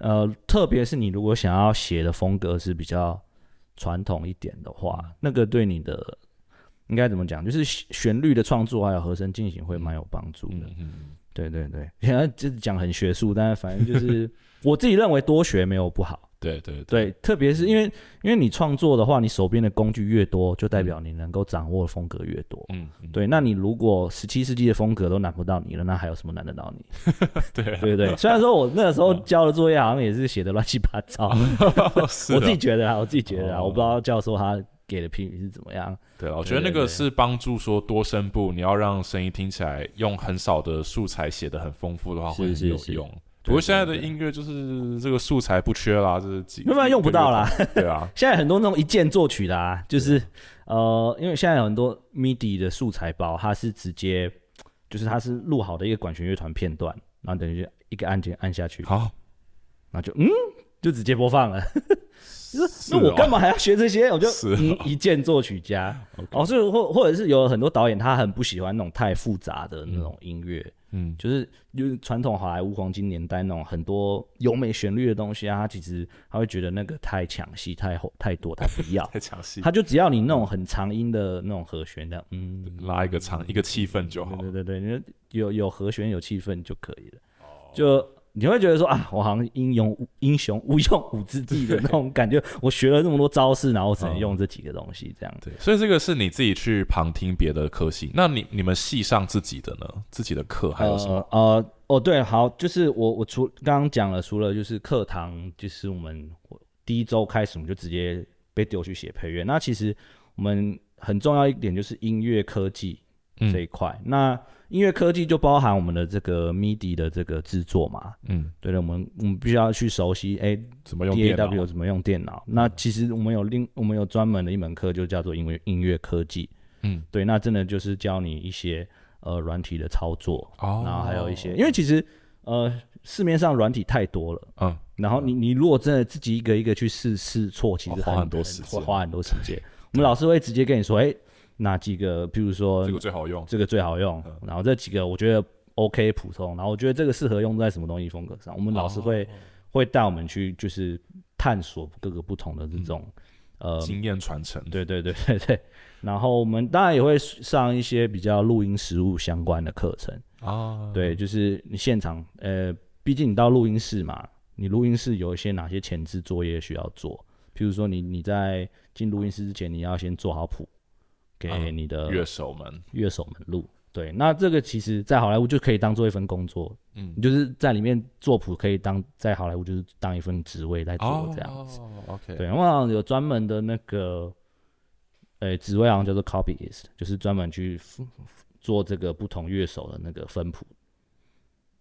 [SPEAKER 2] 呃，特别是你如果想要写的风格是比较传统一点的话，那个对你的应该怎么讲，就是旋旋律的创作还有和声进行会蛮有帮助的。
[SPEAKER 1] 嗯嗯
[SPEAKER 2] 对对对， 现在就是讲很学术，但是反正就是我自己认为多学没有不好。
[SPEAKER 1] 对对
[SPEAKER 2] 对，特别是因为因为你创作的话，你手边的工具越多，就代表你能够掌握的风格越多。
[SPEAKER 1] 嗯嗯
[SPEAKER 2] 对，那你如果十七世纪的风格都难不到你了，那还有什么难得到你？
[SPEAKER 1] 对啊嗯
[SPEAKER 2] 对不对？虽然说我那个时候交的作业好像也是写的乱七八糟，
[SPEAKER 1] 哦是
[SPEAKER 2] 我
[SPEAKER 1] 的
[SPEAKER 2] 自己觉得啊，我自己觉得啊，
[SPEAKER 1] 哦
[SPEAKER 2] 我不知道教授他给的评语是怎么样。
[SPEAKER 1] 对了，我
[SPEAKER 2] 对
[SPEAKER 1] 觉得那
[SPEAKER 2] 对
[SPEAKER 1] 个
[SPEAKER 2] 对
[SPEAKER 1] 是帮助说多声部，你要让声音听起来用很少的素材写的很丰富的话，
[SPEAKER 2] 是
[SPEAKER 1] 会很
[SPEAKER 2] 是
[SPEAKER 1] 有
[SPEAKER 2] 是
[SPEAKER 1] 用。
[SPEAKER 2] 对
[SPEAKER 1] 不过现在
[SPEAKER 2] 对
[SPEAKER 1] 的
[SPEAKER 2] 对
[SPEAKER 1] 音乐就是这个素材不缺啦，这是几
[SPEAKER 2] 没有没有用不到啦，
[SPEAKER 1] 对 啊，
[SPEAKER 2] 现在很多那种一键作曲的啊，就是呃，因为现在有很多 MIDI 的素材包，它是直接就是它是录好的一个管弦乐团片段，然后等于就一个按键按下去，
[SPEAKER 1] 好，
[SPEAKER 2] 然后就嗯就直接播放了。
[SPEAKER 1] 是
[SPEAKER 2] 那我
[SPEAKER 1] 哦
[SPEAKER 2] 干嘛还要学这些？我就是
[SPEAKER 1] 哦
[SPEAKER 2] 嗯一键作曲家
[SPEAKER 1] OK
[SPEAKER 2] 哦，所以或或者是有很多导演他很不喜欢那种太复杂的那种音乐，
[SPEAKER 1] 嗯
[SPEAKER 2] 就是就是传统好莱坞黄金年代那种很多优美旋律的东西啊，他其实他会觉得那个太抢戏、太厚太多，他
[SPEAKER 1] ，
[SPEAKER 2] 不要
[SPEAKER 1] 太抢戏，
[SPEAKER 2] 他就只要你那种很长音的那种和弦的，嗯，
[SPEAKER 1] 拉一个长一个气氛就好。
[SPEAKER 2] 对对对，你就有有和弦有气氛就可以了，
[SPEAKER 1] 哦
[SPEAKER 2] 就。你会觉得说啊，我好像英勇无英雄无用武之地的那种感觉。我学了这么多招式，然后我只
[SPEAKER 1] 嗯
[SPEAKER 2] 能用这几个东西这样子。
[SPEAKER 1] 对，所以这个是你自己去旁听别的科系，那你你们系上自己的呢？自己的课还有什么？
[SPEAKER 2] 呃呃哦对，好，就是我我除刚刚讲了，除了就是课堂，就是我们我第一周开始，我们就直接被丢去写配乐。那其实我们很重要一点就是音乐科技
[SPEAKER 1] 嗯
[SPEAKER 2] 这一块。那音乐科技就包含我们的这个 MIDI 的这个制作嘛，
[SPEAKER 1] 嗯，
[SPEAKER 2] 对的，我们我们必须要去熟悉，哎、
[SPEAKER 1] 怎么用
[SPEAKER 2] D
[SPEAKER 1] 电
[SPEAKER 2] A
[SPEAKER 1] 脑？嗯
[SPEAKER 2] W 怎么用电脑？那其实我们有另我们有专门的一门课，就叫做音乐音乐科技。
[SPEAKER 1] 嗯，
[SPEAKER 2] 对，那真的就是教你一些呃软体的操作，
[SPEAKER 1] 哦
[SPEAKER 2] 然后还有一些，因为其实呃市面上软体太多了，
[SPEAKER 1] 嗯，
[SPEAKER 2] 然后你你如果真的自己一个一个去试试错，其实
[SPEAKER 1] 哦花
[SPEAKER 2] 很
[SPEAKER 1] 很多时间
[SPEAKER 2] 会花很多时间。我们老师会直接跟你说，哎，哪几个，比如说
[SPEAKER 1] 这个最好用。
[SPEAKER 2] 这个最好用，
[SPEAKER 1] 嗯
[SPEAKER 2] 然后这几个我觉得 OK 普通，然后我觉得这个适合用在什么东西风格上，我们老师
[SPEAKER 1] 哦
[SPEAKER 2] 会、会带我们去就是探索各个不同的这种、呃，
[SPEAKER 1] 嗯经验传承，
[SPEAKER 2] 对对对对对， 然后我们当然也会上一些比较录音实务相关的课程，
[SPEAKER 1] 啊，
[SPEAKER 2] 对，就是你现场呃，毕竟你到录音室嘛，你录音室有一些哪些前置作业需要做，譬如说你你在进录音室之前，你要先做好谱给
[SPEAKER 1] 嗯
[SPEAKER 2] 你的
[SPEAKER 1] 乐手们，
[SPEAKER 2] 乐手们录。对，那这个其实，在好莱坞就可以当做一份工作，
[SPEAKER 1] 嗯
[SPEAKER 2] 你就是在里面做谱，可以当在好莱坞就是当一份职位在
[SPEAKER 1] 哦
[SPEAKER 2] 做这样。
[SPEAKER 1] 子，OK，
[SPEAKER 2] 对，我好像有专门的那个，呃、职位好像叫做 copyist，就是专门去 f- f- 做这个不同乐手的那个分谱。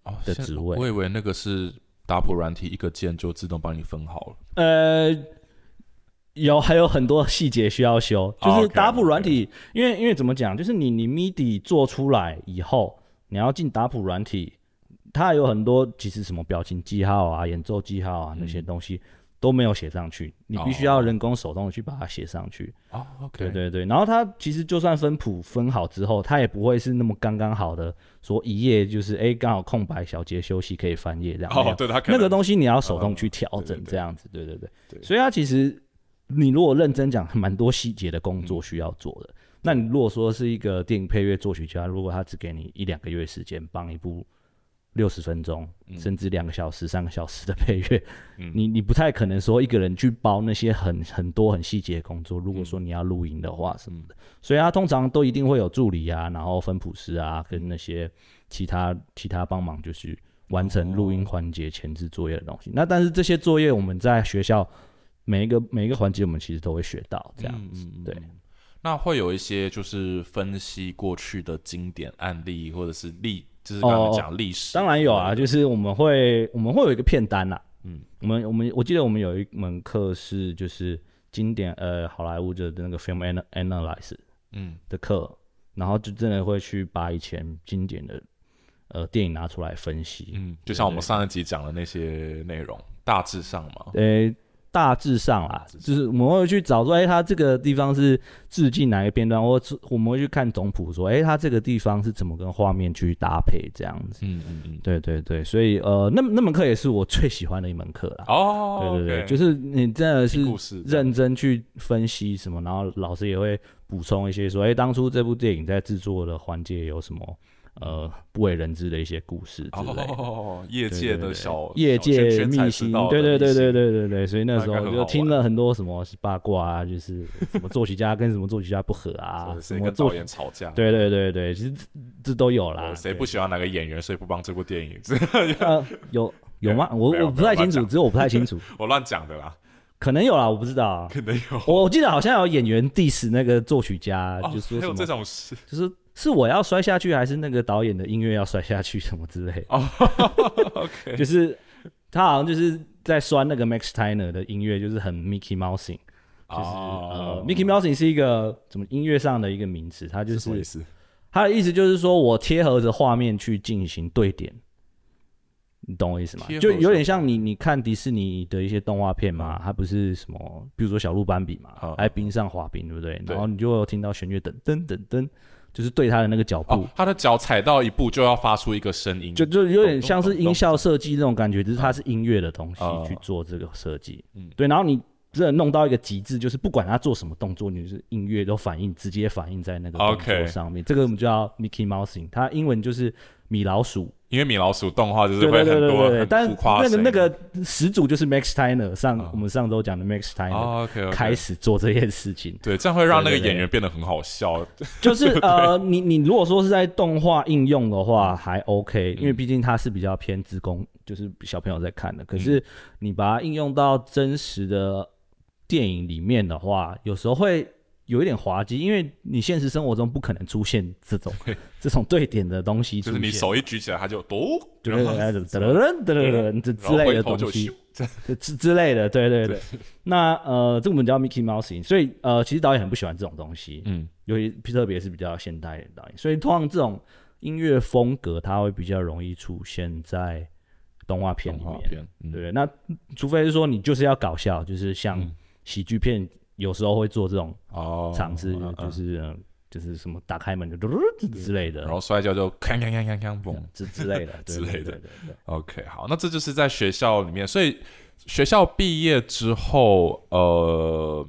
[SPEAKER 1] 哦
[SPEAKER 2] 的
[SPEAKER 1] 现
[SPEAKER 2] 职位
[SPEAKER 1] 我以为那个是打谱软体一个键就自动帮你分好了。
[SPEAKER 2] 呃，有还有很多细节需要修，就
[SPEAKER 1] 哦
[SPEAKER 2] 是
[SPEAKER 1] ，OK，
[SPEAKER 2] 打谱软体，因为因为怎么讲，就是你你 MIDI 做出来以后，你要进打谱软体，它有很多其实什么表情记号啊、演奏记号啊那些东西。都没有写上去，你必须要
[SPEAKER 1] 哦
[SPEAKER 2] 人工手动地去把它写上去。
[SPEAKER 1] 哦
[SPEAKER 2] 对
[SPEAKER 1] ，OK，
[SPEAKER 2] 对对，然后它其实就算分谱分好之后，它也不会是那么刚刚好的，说一页就是哎刚好空白小节休息可以翻页这样。没有
[SPEAKER 1] 哦，对他可
[SPEAKER 2] 那
[SPEAKER 1] 能
[SPEAKER 2] 个东西你要手动去调
[SPEAKER 1] 嗯
[SPEAKER 2] 整
[SPEAKER 1] 嗯，对
[SPEAKER 2] 这样子，对对对。
[SPEAKER 1] 对
[SPEAKER 2] 所以它其实你如果认真讲，蛮多细节的工作需要做的。那你如果说是一个电影配乐作曲家，如果他只给你一两个月时间帮一部六十分钟，
[SPEAKER 1] 嗯
[SPEAKER 2] 甚至两个小时、三个小时的配乐，你你不太可能说一个人去包那些很很多很细节的工作。如果说你要录音的话什么的，所以他通常都一定会有助理啊，然后分谱师啊，跟那些其他其他帮忙，就是完成录音环节前置作业的东西。那但是这些作业我们在学校每一个每一个环节，我们其实都会学到这样子。
[SPEAKER 1] 嗯
[SPEAKER 2] 对，
[SPEAKER 1] 那会有一些就是分析过去的经典案例，或者是历，就是
[SPEAKER 2] 哦
[SPEAKER 1] 刚刚讲历史。
[SPEAKER 2] 当然有啊，就是我们会我们会有一个片单啦、
[SPEAKER 1] 嗯
[SPEAKER 2] 嗯，我们我们我记得我们有一门课是就是经典呃好莱坞的那个 film ana- analysis
[SPEAKER 1] 嗯，
[SPEAKER 2] 的课，然后就真的会去把以前经典的呃电影拿出来分析。
[SPEAKER 1] 嗯，就像我们上一集讲的那些内容，大致上嘛，
[SPEAKER 2] 呃、大致上啦，
[SPEAKER 1] 致上
[SPEAKER 2] 就是我们会去找说，哎、他这个地方是致敬哪个片段，或是我们会去看总谱说，哎、他这个地方是怎么跟画面去搭配这样子。
[SPEAKER 1] 嗯嗯嗯，
[SPEAKER 2] 对对对，所以呃，那那门课也是我最喜欢的一门课啦。
[SPEAKER 1] 哦，
[SPEAKER 2] 对对对
[SPEAKER 1] OK
[SPEAKER 2] 就是你真的是
[SPEAKER 1] 听故事这样
[SPEAKER 2] 认真去分析什么，然后老师也会补充一些说，哎、当初这部电影在制作的环节有什么呃不为人知的一些故事之类的。
[SPEAKER 1] 哦，业
[SPEAKER 2] 对
[SPEAKER 1] 界
[SPEAKER 2] 对
[SPEAKER 1] 的
[SPEAKER 2] 对
[SPEAKER 1] 小
[SPEAKER 2] 业
[SPEAKER 1] 小圈
[SPEAKER 2] 界
[SPEAKER 1] 圈才
[SPEAKER 2] 秘
[SPEAKER 1] 知
[SPEAKER 2] 辛，
[SPEAKER 1] 道
[SPEAKER 2] 对
[SPEAKER 1] 的
[SPEAKER 2] 对对
[SPEAKER 1] 秘
[SPEAKER 2] 对
[SPEAKER 1] 辛，
[SPEAKER 2] 对对对，所以那时
[SPEAKER 1] 大概很
[SPEAKER 2] 候
[SPEAKER 1] 好
[SPEAKER 2] 就
[SPEAKER 1] 玩
[SPEAKER 2] 听了很多什么八卦啊，就是什么作曲家跟什么作曲家不合啊
[SPEAKER 1] 是，
[SPEAKER 2] 什
[SPEAKER 1] 谁
[SPEAKER 2] 么
[SPEAKER 1] 跟
[SPEAKER 2] 作
[SPEAKER 1] 导
[SPEAKER 2] 曲，
[SPEAKER 1] 演吵架？
[SPEAKER 2] 对对对对，其实这这都有啦
[SPEAKER 1] 呃，。 谁
[SPEAKER 2] 对
[SPEAKER 1] 不喜欢哪个演员，谁不帮这部电影？
[SPEAKER 2] 呃有有吗？我
[SPEAKER 1] 没有
[SPEAKER 2] 我不太
[SPEAKER 1] 没有
[SPEAKER 2] 清楚，
[SPEAKER 1] 乱讲
[SPEAKER 2] 只是我不太清楚，
[SPEAKER 1] 我乱讲的啦，
[SPEAKER 2] 可能有啦，我不知道 啊。
[SPEAKER 1] 可能有。
[SPEAKER 2] 我我记得好像有演员 diss 那个作曲家，
[SPEAKER 1] 哦
[SPEAKER 2] 就说
[SPEAKER 1] 还
[SPEAKER 2] 什
[SPEAKER 1] 有
[SPEAKER 2] 么，
[SPEAKER 1] 这种 事
[SPEAKER 2] 就是是我要摔下去，还是那个导演的音乐要摔下去，什么之类的。
[SPEAKER 1] 哦，OK，
[SPEAKER 2] 就是他好像就是在酸那个 Max Steiner 的音乐，就是很 Mickey Mousing，就是、
[SPEAKER 1] 哦
[SPEAKER 2] 呃 Mickey Mousing 是一个怎么音乐上的一个名词，它就是
[SPEAKER 1] 什么意
[SPEAKER 2] 是
[SPEAKER 1] 思？
[SPEAKER 2] 它的意思就是说我贴合着画面去进行对点。你懂我意思吗
[SPEAKER 1] 贴？合
[SPEAKER 2] 就有
[SPEAKER 1] 着
[SPEAKER 2] 点像你，你看迪士尼的一些动画片嘛，它不是什么，比如说小鹿斑比嘛，
[SPEAKER 1] 嗯
[SPEAKER 2] 还冰上滑冰，对不对？
[SPEAKER 1] 对
[SPEAKER 2] 然后你就会有听到弦乐噔噔噔噔，就是对它的那个脚步
[SPEAKER 1] 哦，，他的脚踩到一步就要发出一个声音，
[SPEAKER 2] 就就有点像
[SPEAKER 1] 咚
[SPEAKER 2] 是
[SPEAKER 1] 咚咚
[SPEAKER 2] 音效设计那种感觉，只是它是音乐的东西
[SPEAKER 1] 啊
[SPEAKER 2] 去做这个设计。
[SPEAKER 1] 嗯
[SPEAKER 2] 对。然后你真的弄到一个极致，就是不管他做什么动作，你就是音乐都反映，直接反映在那个动
[SPEAKER 1] OK
[SPEAKER 2] 作上面。这个我们叫 Mickey Mousing，它英文就是米老鼠。
[SPEAKER 1] 因为米老鼠动画就是
[SPEAKER 2] 对
[SPEAKER 1] 会
[SPEAKER 2] 对
[SPEAKER 1] 很
[SPEAKER 2] 对对
[SPEAKER 1] 多
[SPEAKER 2] 对对。
[SPEAKER 1] 很
[SPEAKER 2] 但
[SPEAKER 1] 浮夸的
[SPEAKER 2] 那个
[SPEAKER 1] 声音
[SPEAKER 2] 那个始祖就是 Max Steiner，上
[SPEAKER 1] 啊
[SPEAKER 2] 我们上周讲的 Max Steiner
[SPEAKER 1] 哦 OK
[SPEAKER 2] 开始做这件事情。
[SPEAKER 1] 对，这样会让那个
[SPEAKER 2] 对对对
[SPEAKER 1] 演员变得很好笑。
[SPEAKER 2] 就是呃，你你如果说是在动画应用的话，还 OK，因为毕竟它是比较偏自工，就是小朋友在看的。可是你把它应用到真实的电影里面的话，有时候会有一点滑稽，因为你现实生活中不可能出现这种这种对点的东西
[SPEAKER 1] 就
[SPEAKER 2] 出现，
[SPEAKER 1] 是你手一举起来，他就嘟，
[SPEAKER 2] 对
[SPEAKER 1] 然
[SPEAKER 2] 对
[SPEAKER 1] 后
[SPEAKER 2] 对对对对对对对这
[SPEAKER 1] 然
[SPEAKER 2] 之
[SPEAKER 1] 后
[SPEAKER 2] 类
[SPEAKER 1] 回
[SPEAKER 2] 的
[SPEAKER 1] 头
[SPEAKER 2] 东
[SPEAKER 1] 就
[SPEAKER 2] 西
[SPEAKER 1] 咻，。这样
[SPEAKER 2] 对之之类的，对对对。那呃，这个我们叫 Mickey Mouse，所以呃，其实导演很不喜欢这种东西，
[SPEAKER 1] 嗯，
[SPEAKER 2] 尤其特别是比较现代的导演，所以通常这种音乐风格，它会比较容易出现在动画片
[SPEAKER 1] 动画
[SPEAKER 2] 里面，
[SPEAKER 1] 片，
[SPEAKER 2] 对不
[SPEAKER 1] 嗯
[SPEAKER 2] 对？那除非是说你就是要搞笑，就是像喜剧片有时候会做这种
[SPEAKER 1] 哦，
[SPEAKER 2] 尝试，
[SPEAKER 1] 嗯
[SPEAKER 2] 就
[SPEAKER 1] 嗯
[SPEAKER 2] 是、呃就是什么打开门就嘟嘟嘟之类的
[SPEAKER 1] 然，后摔跤就锵锵锵锵
[SPEAKER 2] 嗯
[SPEAKER 1] 锵嘣。
[SPEAKER 2] 之 之类的
[SPEAKER 1] 之类的
[SPEAKER 2] 对对对对对
[SPEAKER 1] OK，好，那这就是在学校里面，所以学校毕业之后，呃，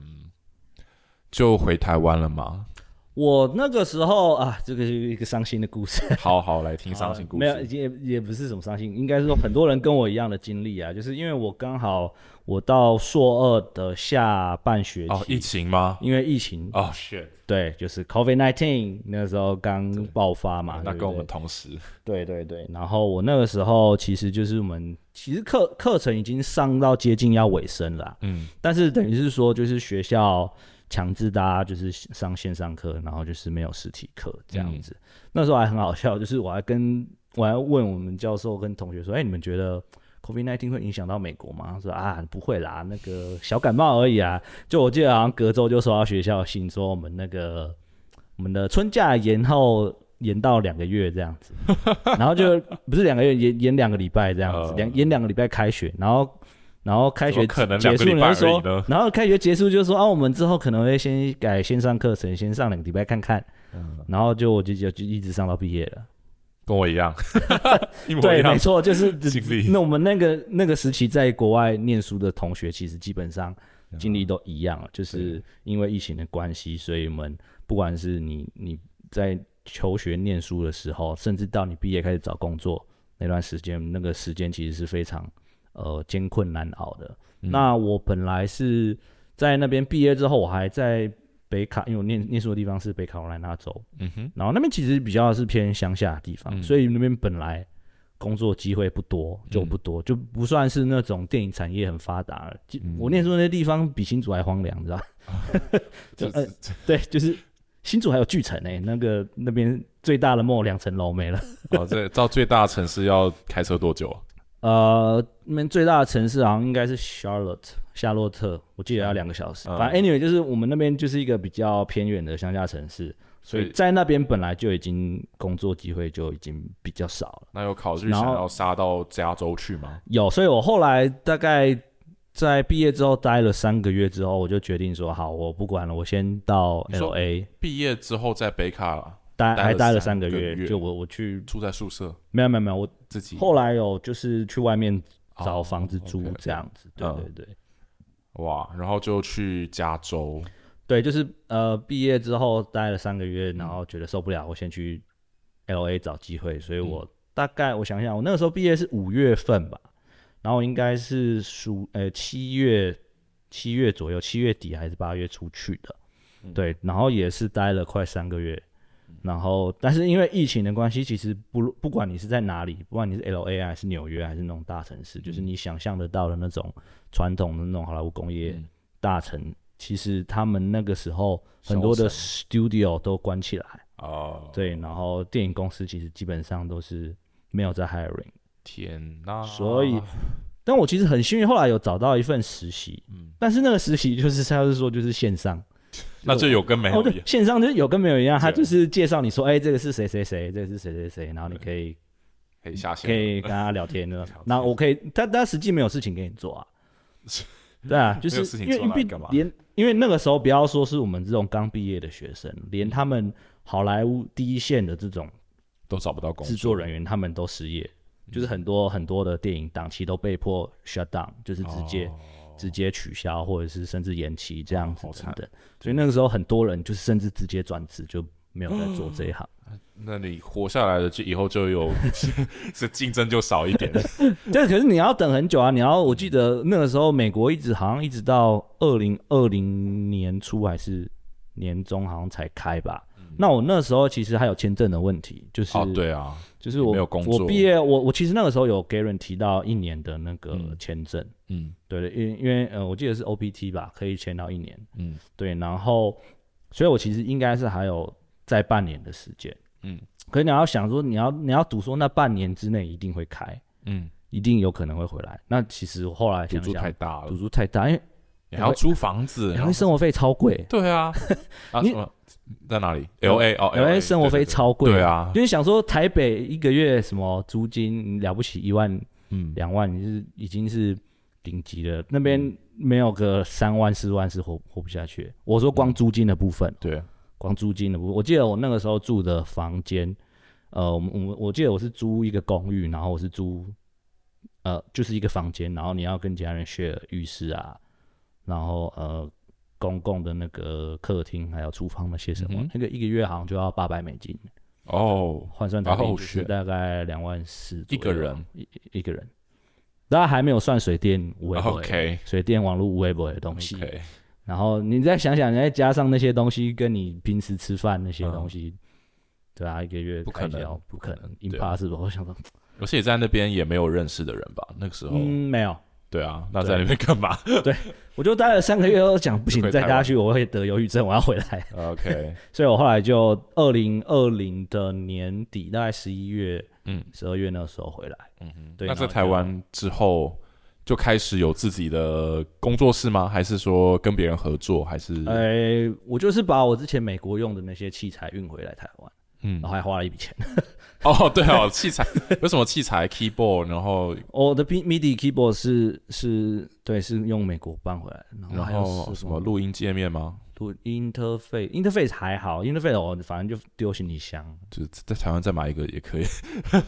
[SPEAKER 1] 就回台湾了吗？
[SPEAKER 2] 我那个时候啊，这个是一个伤心的故事。
[SPEAKER 1] 好好来听伤心故事，
[SPEAKER 2] 没有，也也不是什么伤心，应该是说很多人跟我一样的经历啊，就是因为我刚好我到硕二的下半学期，
[SPEAKER 1] 哦，疫情吗？
[SPEAKER 2] 因为疫情，
[SPEAKER 1] 哦，shit，
[SPEAKER 2] 对，就是 COVID nineteen 那时候刚爆发嘛，
[SPEAKER 1] 啊那
[SPEAKER 2] 对不
[SPEAKER 1] 跟我
[SPEAKER 2] 对
[SPEAKER 1] 们同时，
[SPEAKER 2] 对对对，然后我那个时候其实就是我们其实课课程已经上到接近要尾声了啊、
[SPEAKER 1] 嗯，
[SPEAKER 2] 但是等于是说就是学校强制大家就是上线上课，然后就是没有实体课这样子。
[SPEAKER 1] 嗯
[SPEAKER 2] 那时候还很好笑，就是我还跟我还问我们教授跟同学说：“哎、你们觉得 COVID 1 9会影响到美国吗？”他说：“啊，不会啦，那个小感冒而已啊。”就我记得好像隔周就收到学校的信说我们那个我们的春假延后。延到两个月这 样子，然后就不是两个月，延延两个礼拜这样子，
[SPEAKER 1] 呃
[SPEAKER 2] 两延两个礼拜开学，然后然后开
[SPEAKER 1] 怎么
[SPEAKER 2] 学
[SPEAKER 1] 可能
[SPEAKER 2] 结
[SPEAKER 1] 两个
[SPEAKER 2] 束
[SPEAKER 1] 礼
[SPEAKER 2] 你
[SPEAKER 1] 拜
[SPEAKER 2] 就
[SPEAKER 1] 而已呢
[SPEAKER 2] 说， 然后开学结束就说啊，我们之后可能会先改线上课程，先上两个礼拜看看，
[SPEAKER 1] 嗯
[SPEAKER 2] 然后就我就就就一直上到毕业了。
[SPEAKER 1] 跟我一 样，一模一
[SPEAKER 2] 对，
[SPEAKER 1] 样
[SPEAKER 2] 没，错，就是
[SPEAKER 1] 经历
[SPEAKER 2] 那我们那个那个时期在国外念书的同学，其实基本上经
[SPEAKER 1] 嗯
[SPEAKER 2] 历都一样了，就是因为疫情的关系，所以我们不管是你你在求学念书的时候，甚至到你毕业开始找工作那段时间，那个时间其实是非常呃艰困难熬的。
[SPEAKER 1] 嗯
[SPEAKER 2] 那我本来是在那边毕业之后，我还在北卡，因为我念念书的地方是北卡罗来纳州，
[SPEAKER 1] 嗯哼，
[SPEAKER 2] 然后那边其实比较是偏乡下的地方，
[SPEAKER 1] 嗯
[SPEAKER 2] 所以那边本来工作机会不多，就不多，就不算是那种电影产业很发达了。就我念书的那地方比新竹还荒凉，你知 道吧？
[SPEAKER 1] 这
[SPEAKER 2] 就呃
[SPEAKER 1] 这
[SPEAKER 2] 对，就是新竹还有巨城诶、那个那边最大的 mall 两层楼 没了。
[SPEAKER 1] 哦，这到最大城市要开车多久？啊
[SPEAKER 2] 呃，那边最大的城市好像应该是 Charlotte 夏洛特，我记得要两个小时。
[SPEAKER 1] 嗯
[SPEAKER 2] 反正 anyway，就是我们那边就是一个比较偏远的乡下城市，
[SPEAKER 1] 所
[SPEAKER 2] 所以
[SPEAKER 1] 以
[SPEAKER 2] 在那边本来就已经工作机会就已经比较少了。
[SPEAKER 1] 那有考虑
[SPEAKER 2] 然
[SPEAKER 1] 想
[SPEAKER 2] 后
[SPEAKER 1] 要杀到加州去吗？
[SPEAKER 2] 有，所以我后来大概在毕业之后待了三个月之后，我就决定说，好，我不管了，我先到
[SPEAKER 1] 你说
[SPEAKER 2] L A
[SPEAKER 1] 毕业之后在北卡
[SPEAKER 2] 待，
[SPEAKER 1] 待了
[SPEAKER 2] 还待
[SPEAKER 1] 三
[SPEAKER 2] 了三个
[SPEAKER 1] 个月
[SPEAKER 2] 月，就我我去，
[SPEAKER 1] 住在宿舍
[SPEAKER 2] 没有没有没有，我
[SPEAKER 1] 自己，
[SPEAKER 2] 后来有就是去外面找
[SPEAKER 1] 哦
[SPEAKER 2] 房子租
[SPEAKER 1] OK，OK
[SPEAKER 2] 这样子，对
[SPEAKER 1] 嗯
[SPEAKER 2] 对对。
[SPEAKER 1] 哇，然后就去加州，
[SPEAKER 2] 对，就是呃，毕业之后待了三个月，然后觉得受不了，我先去 L A 找机会，所以我大概我想想，我那个时候毕业是五月份吧，然后应该是暑呃七月七月左右，七月底还是八月出去的，对，然后也是待了快三个月。然后，但是因为疫情的关系，其实不不管你是在哪里，不管你是 L A 还是纽约还是那种大城市，就是你想象得到的那种传统的那种好莱坞工业
[SPEAKER 1] 嗯
[SPEAKER 2] 大城，其实他们那个时候
[SPEAKER 1] 消
[SPEAKER 2] 很多的
[SPEAKER 1] 散
[SPEAKER 2] studio 都关起来，
[SPEAKER 1] 哦，
[SPEAKER 2] 对，然后电影公司其实基本上都是没有在 hiring，
[SPEAKER 1] 天呐，
[SPEAKER 2] 所以但我其实很幸运，后来有找到一份实习，
[SPEAKER 1] 嗯
[SPEAKER 2] 但是那个实习就是他是说就是线上，
[SPEAKER 1] 那就有跟没
[SPEAKER 2] 哦
[SPEAKER 1] 有一
[SPEAKER 2] 对
[SPEAKER 1] 样，
[SPEAKER 2] 线上就是有跟没有一样，他
[SPEAKER 1] 对啊
[SPEAKER 2] 就是介绍你说，哎，这个是谁谁谁，这个是谁谁谁，然后你可以
[SPEAKER 1] 可以下线
[SPEAKER 2] 可
[SPEAKER 1] 了，
[SPEAKER 2] 以跟他聊天的
[SPEAKER 1] 天。
[SPEAKER 2] 那我可以，但但实际没有事情给你 做啊。对啊，就
[SPEAKER 1] 没有
[SPEAKER 2] 是
[SPEAKER 1] 事情
[SPEAKER 2] 因为
[SPEAKER 1] 做那
[SPEAKER 2] 毕
[SPEAKER 1] 干嘛
[SPEAKER 2] 连因为那个时候不要说是我们这种刚毕业的学生，连他们好莱坞第一线的这种
[SPEAKER 1] 都找不到工
[SPEAKER 2] 制
[SPEAKER 1] 作，嗯
[SPEAKER 2] 作人员，他们都失业，就是很多很多的电影档期都被迫 shut down，就是直接、直接取消，或者是甚至延期这样子
[SPEAKER 1] 哦好惨
[SPEAKER 2] 等等。所以那个时候很多人就是甚至直接转职，就没有在做这一行。
[SPEAKER 1] 那你活下来了，就以后就 有是竞争就少一点，嗯
[SPEAKER 2] 对，可是你要等很久啊！你要，我记得那个时候美国一直好像一直到二零二零年初还是年中好像才开吧。那我那时候其实还有签证的问题，就是、
[SPEAKER 1] 嗯哦，对啊，
[SPEAKER 2] 就是我
[SPEAKER 1] 没有工作
[SPEAKER 2] 我毕业我我其实那个时候有给人提到一年的那个签证，
[SPEAKER 1] 嗯
[SPEAKER 2] 对对，因为因为呃我记得是 OPT 吧，可以签到一年，
[SPEAKER 1] 嗯
[SPEAKER 2] 对，然后所以我其实应该是还有在半年的时间，
[SPEAKER 1] 嗯
[SPEAKER 2] 嗯，可是你要想说你要你要赌说那半年之内一定会开。
[SPEAKER 1] 嗯，
[SPEAKER 2] 一定有可能会回来。那其实我后来
[SPEAKER 1] 赌
[SPEAKER 2] 想
[SPEAKER 1] 注太
[SPEAKER 2] 想，
[SPEAKER 1] 大了啊
[SPEAKER 2] 赌，注太大，因为
[SPEAKER 1] 你还要租房子，
[SPEAKER 2] 因
[SPEAKER 1] 然
[SPEAKER 2] 为
[SPEAKER 1] 后
[SPEAKER 2] 生活费超贵，
[SPEAKER 1] 对 啊，啊
[SPEAKER 2] 你
[SPEAKER 1] 什么在哪里？L A 哦
[SPEAKER 2] 因为生活费超贵，
[SPEAKER 1] 对啊
[SPEAKER 2] 因为想说台北一个月什么租金了不起一万
[SPEAKER 1] 嗯
[SPEAKER 2] 两万，就是已经是顶级了，那
[SPEAKER 1] 嗯
[SPEAKER 2] 边没有个三万四万是活活不下去。我说
[SPEAKER 1] 嗯
[SPEAKER 2] 光租金的部分，
[SPEAKER 1] 对，
[SPEAKER 2] 光租金的部分，我记得我那个时候住的房间，呃，我们我们我记得我是租一个公寓，然后我是租，呃，就是一个房间，然后你要跟家人 share 浴室啊，然后呃，公共的那个客厅还有厨房那些什么，
[SPEAKER 1] 嗯哼
[SPEAKER 2] 那个一个月好像就要八百美金，
[SPEAKER 1] 哦，
[SPEAKER 2] 换算台币
[SPEAKER 1] 哦
[SPEAKER 2] 就是
[SPEAKER 1] 是
[SPEAKER 2] 大概两万四
[SPEAKER 1] 一个人哦
[SPEAKER 2] 一一个人，当然还没有算水电无微不微，
[SPEAKER 1] OK
[SPEAKER 2] 水电网络无微不微的东西。
[SPEAKER 1] OK，
[SPEAKER 2] 然后你再想想，你再加上那些东西，跟你平时吃饭那些东西，对啊，一个月
[SPEAKER 1] 嗯不可能
[SPEAKER 2] 开销不
[SPEAKER 1] 不
[SPEAKER 2] 可
[SPEAKER 1] 可
[SPEAKER 2] 能
[SPEAKER 1] 能对啊
[SPEAKER 2] ，impossible。我想说，
[SPEAKER 1] 而且在那边也没有认识的人吧？那个时候，
[SPEAKER 2] 嗯，没有，
[SPEAKER 1] 对啊，那在那边干嘛
[SPEAKER 2] 我就待了三个月，我讲不行
[SPEAKER 1] 就回，台
[SPEAKER 2] 再
[SPEAKER 1] 湾
[SPEAKER 2] 待下去我会得忧郁症，我要回来。
[SPEAKER 1] ？OK，
[SPEAKER 2] 所以我后来就二零二零的年底，大概十一月、
[SPEAKER 1] 嗯
[SPEAKER 2] 十二月那时候回来。
[SPEAKER 1] 嗯哼，
[SPEAKER 2] 对
[SPEAKER 1] 那
[SPEAKER 2] 然后
[SPEAKER 1] 在台湾之后。就开始有自己的工作室吗？还是说跟别人合作？还是
[SPEAKER 2] 哎，我就是把我之前美国用的那些器材运回来台湾，
[SPEAKER 1] 嗯
[SPEAKER 2] 然后还花了一笔钱。
[SPEAKER 1] 哦，对哦，器材 有什么器材？keyboard，然后
[SPEAKER 2] 哦我的 P- MIDI keyboard 是是，对，是用美国搬回来的，然后
[SPEAKER 1] 然
[SPEAKER 2] 还有
[SPEAKER 1] 后什么录音界面吗？
[SPEAKER 2] 录 interface，interface 还好，interface 我反正就丢行李箱，
[SPEAKER 1] 就是在台湾再买一个也可以。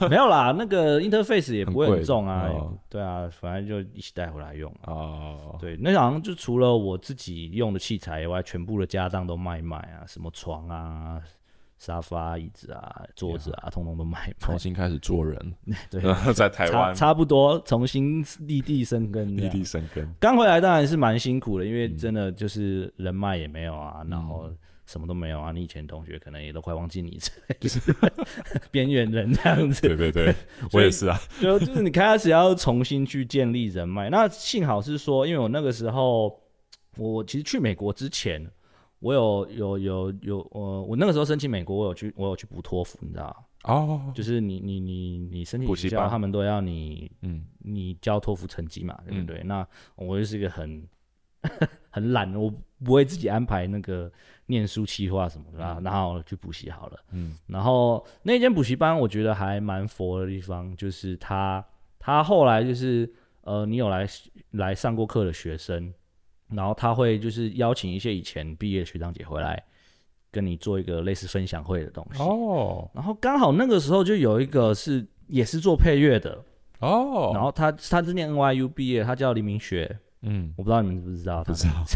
[SPEAKER 2] 没有啦，那个 interface 也不会
[SPEAKER 1] 很贵
[SPEAKER 2] 很重啊，
[SPEAKER 1] 哦
[SPEAKER 2] 也不对啊，反正就一起带回来用啊。
[SPEAKER 1] 哦，
[SPEAKER 2] 对，那好像就除了我自己用的器材以外，全部的家当都卖一卖啊，什么床啊、沙发、椅子啊、桌子啊，通通都卖一卖
[SPEAKER 1] 重。新开始做人，
[SPEAKER 2] 对，
[SPEAKER 1] 在台
[SPEAKER 2] 差
[SPEAKER 1] 湾
[SPEAKER 2] 差不多重新立地生根
[SPEAKER 1] 立
[SPEAKER 2] 这样。
[SPEAKER 1] 地生根。
[SPEAKER 2] 刚回来当然是蛮辛苦的，因为真的就是人脉也没有啊，然后什么都没有啊。你以前同学可能也都快忘记你之类的，就是边缘人这样子。
[SPEAKER 1] 对对对， 我也是啊。
[SPEAKER 2] 就就是你开始要重新去建立人脉。那幸好是说，因为我那个时候，我其实去美国之前，我有有有有呃，我那个时候申请美国，我有去我有去补托福，你知道吗，
[SPEAKER 1] 哦，
[SPEAKER 2] 就是你你你你申请
[SPEAKER 1] 补习
[SPEAKER 2] 学校，
[SPEAKER 1] 班
[SPEAKER 2] 他们都要你
[SPEAKER 1] 嗯，
[SPEAKER 2] 你交托福成绩嘛，对不对？那我就是一个很很懒，我不会自己安排那个念书计划什么的、啊，然后去补习好了。
[SPEAKER 1] 嗯，
[SPEAKER 2] 然后那间补习班我觉得还蛮佛的地方，就是他他后来就是。呃，你有来来上过课的学生，然后他会就是邀请一些以前毕业的学长姐回来跟你做一个类似分享会的东西。
[SPEAKER 1] 哦
[SPEAKER 2] 然后刚好那个时候就有一个是也是做配乐的，
[SPEAKER 1] 哦，
[SPEAKER 2] 然后他他是念 NYU 毕业，他叫林明学，
[SPEAKER 1] 嗯，
[SPEAKER 2] 我不知道你们知不知道他
[SPEAKER 1] 不，知道，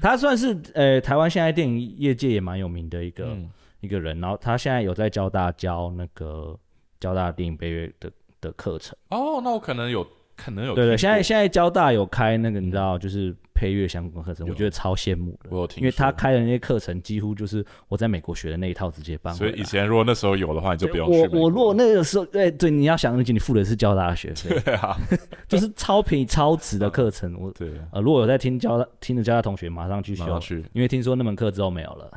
[SPEAKER 2] 他算是 呃台湾现在电影业界也蛮有名的一个、
[SPEAKER 1] 嗯
[SPEAKER 2] 一个人，然后他现在有在教大教那个教大电影配乐的的课程。
[SPEAKER 1] 哦，那我可能有可能有
[SPEAKER 2] 对
[SPEAKER 1] 听
[SPEAKER 2] 对，现在
[SPEAKER 1] 过嗯
[SPEAKER 2] 现在交大有开那个你知道，就是配乐相关课程，
[SPEAKER 1] 有
[SPEAKER 2] 我觉得超羡慕的，
[SPEAKER 1] 我有听说，
[SPEAKER 2] 因为他开的那些课程几乎就是我在美国学的那一套直接搬
[SPEAKER 1] 所
[SPEAKER 2] 回
[SPEAKER 1] 以以
[SPEAKER 2] 来。
[SPEAKER 1] 前如果那时候有的话，你就不用去
[SPEAKER 2] 我
[SPEAKER 1] 美
[SPEAKER 2] 我
[SPEAKER 1] 国
[SPEAKER 2] 如果那个时候，对对，你要想，而且你付的是交大的学费，
[SPEAKER 1] 对啊，
[SPEAKER 2] 就是超便宜超
[SPEAKER 1] 嗯
[SPEAKER 2] 值的课程。我
[SPEAKER 1] 对，
[SPEAKER 2] 呃，如果有在听交大听的交大同学，马上去
[SPEAKER 1] 马
[SPEAKER 2] 修
[SPEAKER 1] 上，去。
[SPEAKER 2] 因为听说那门课之后没有了。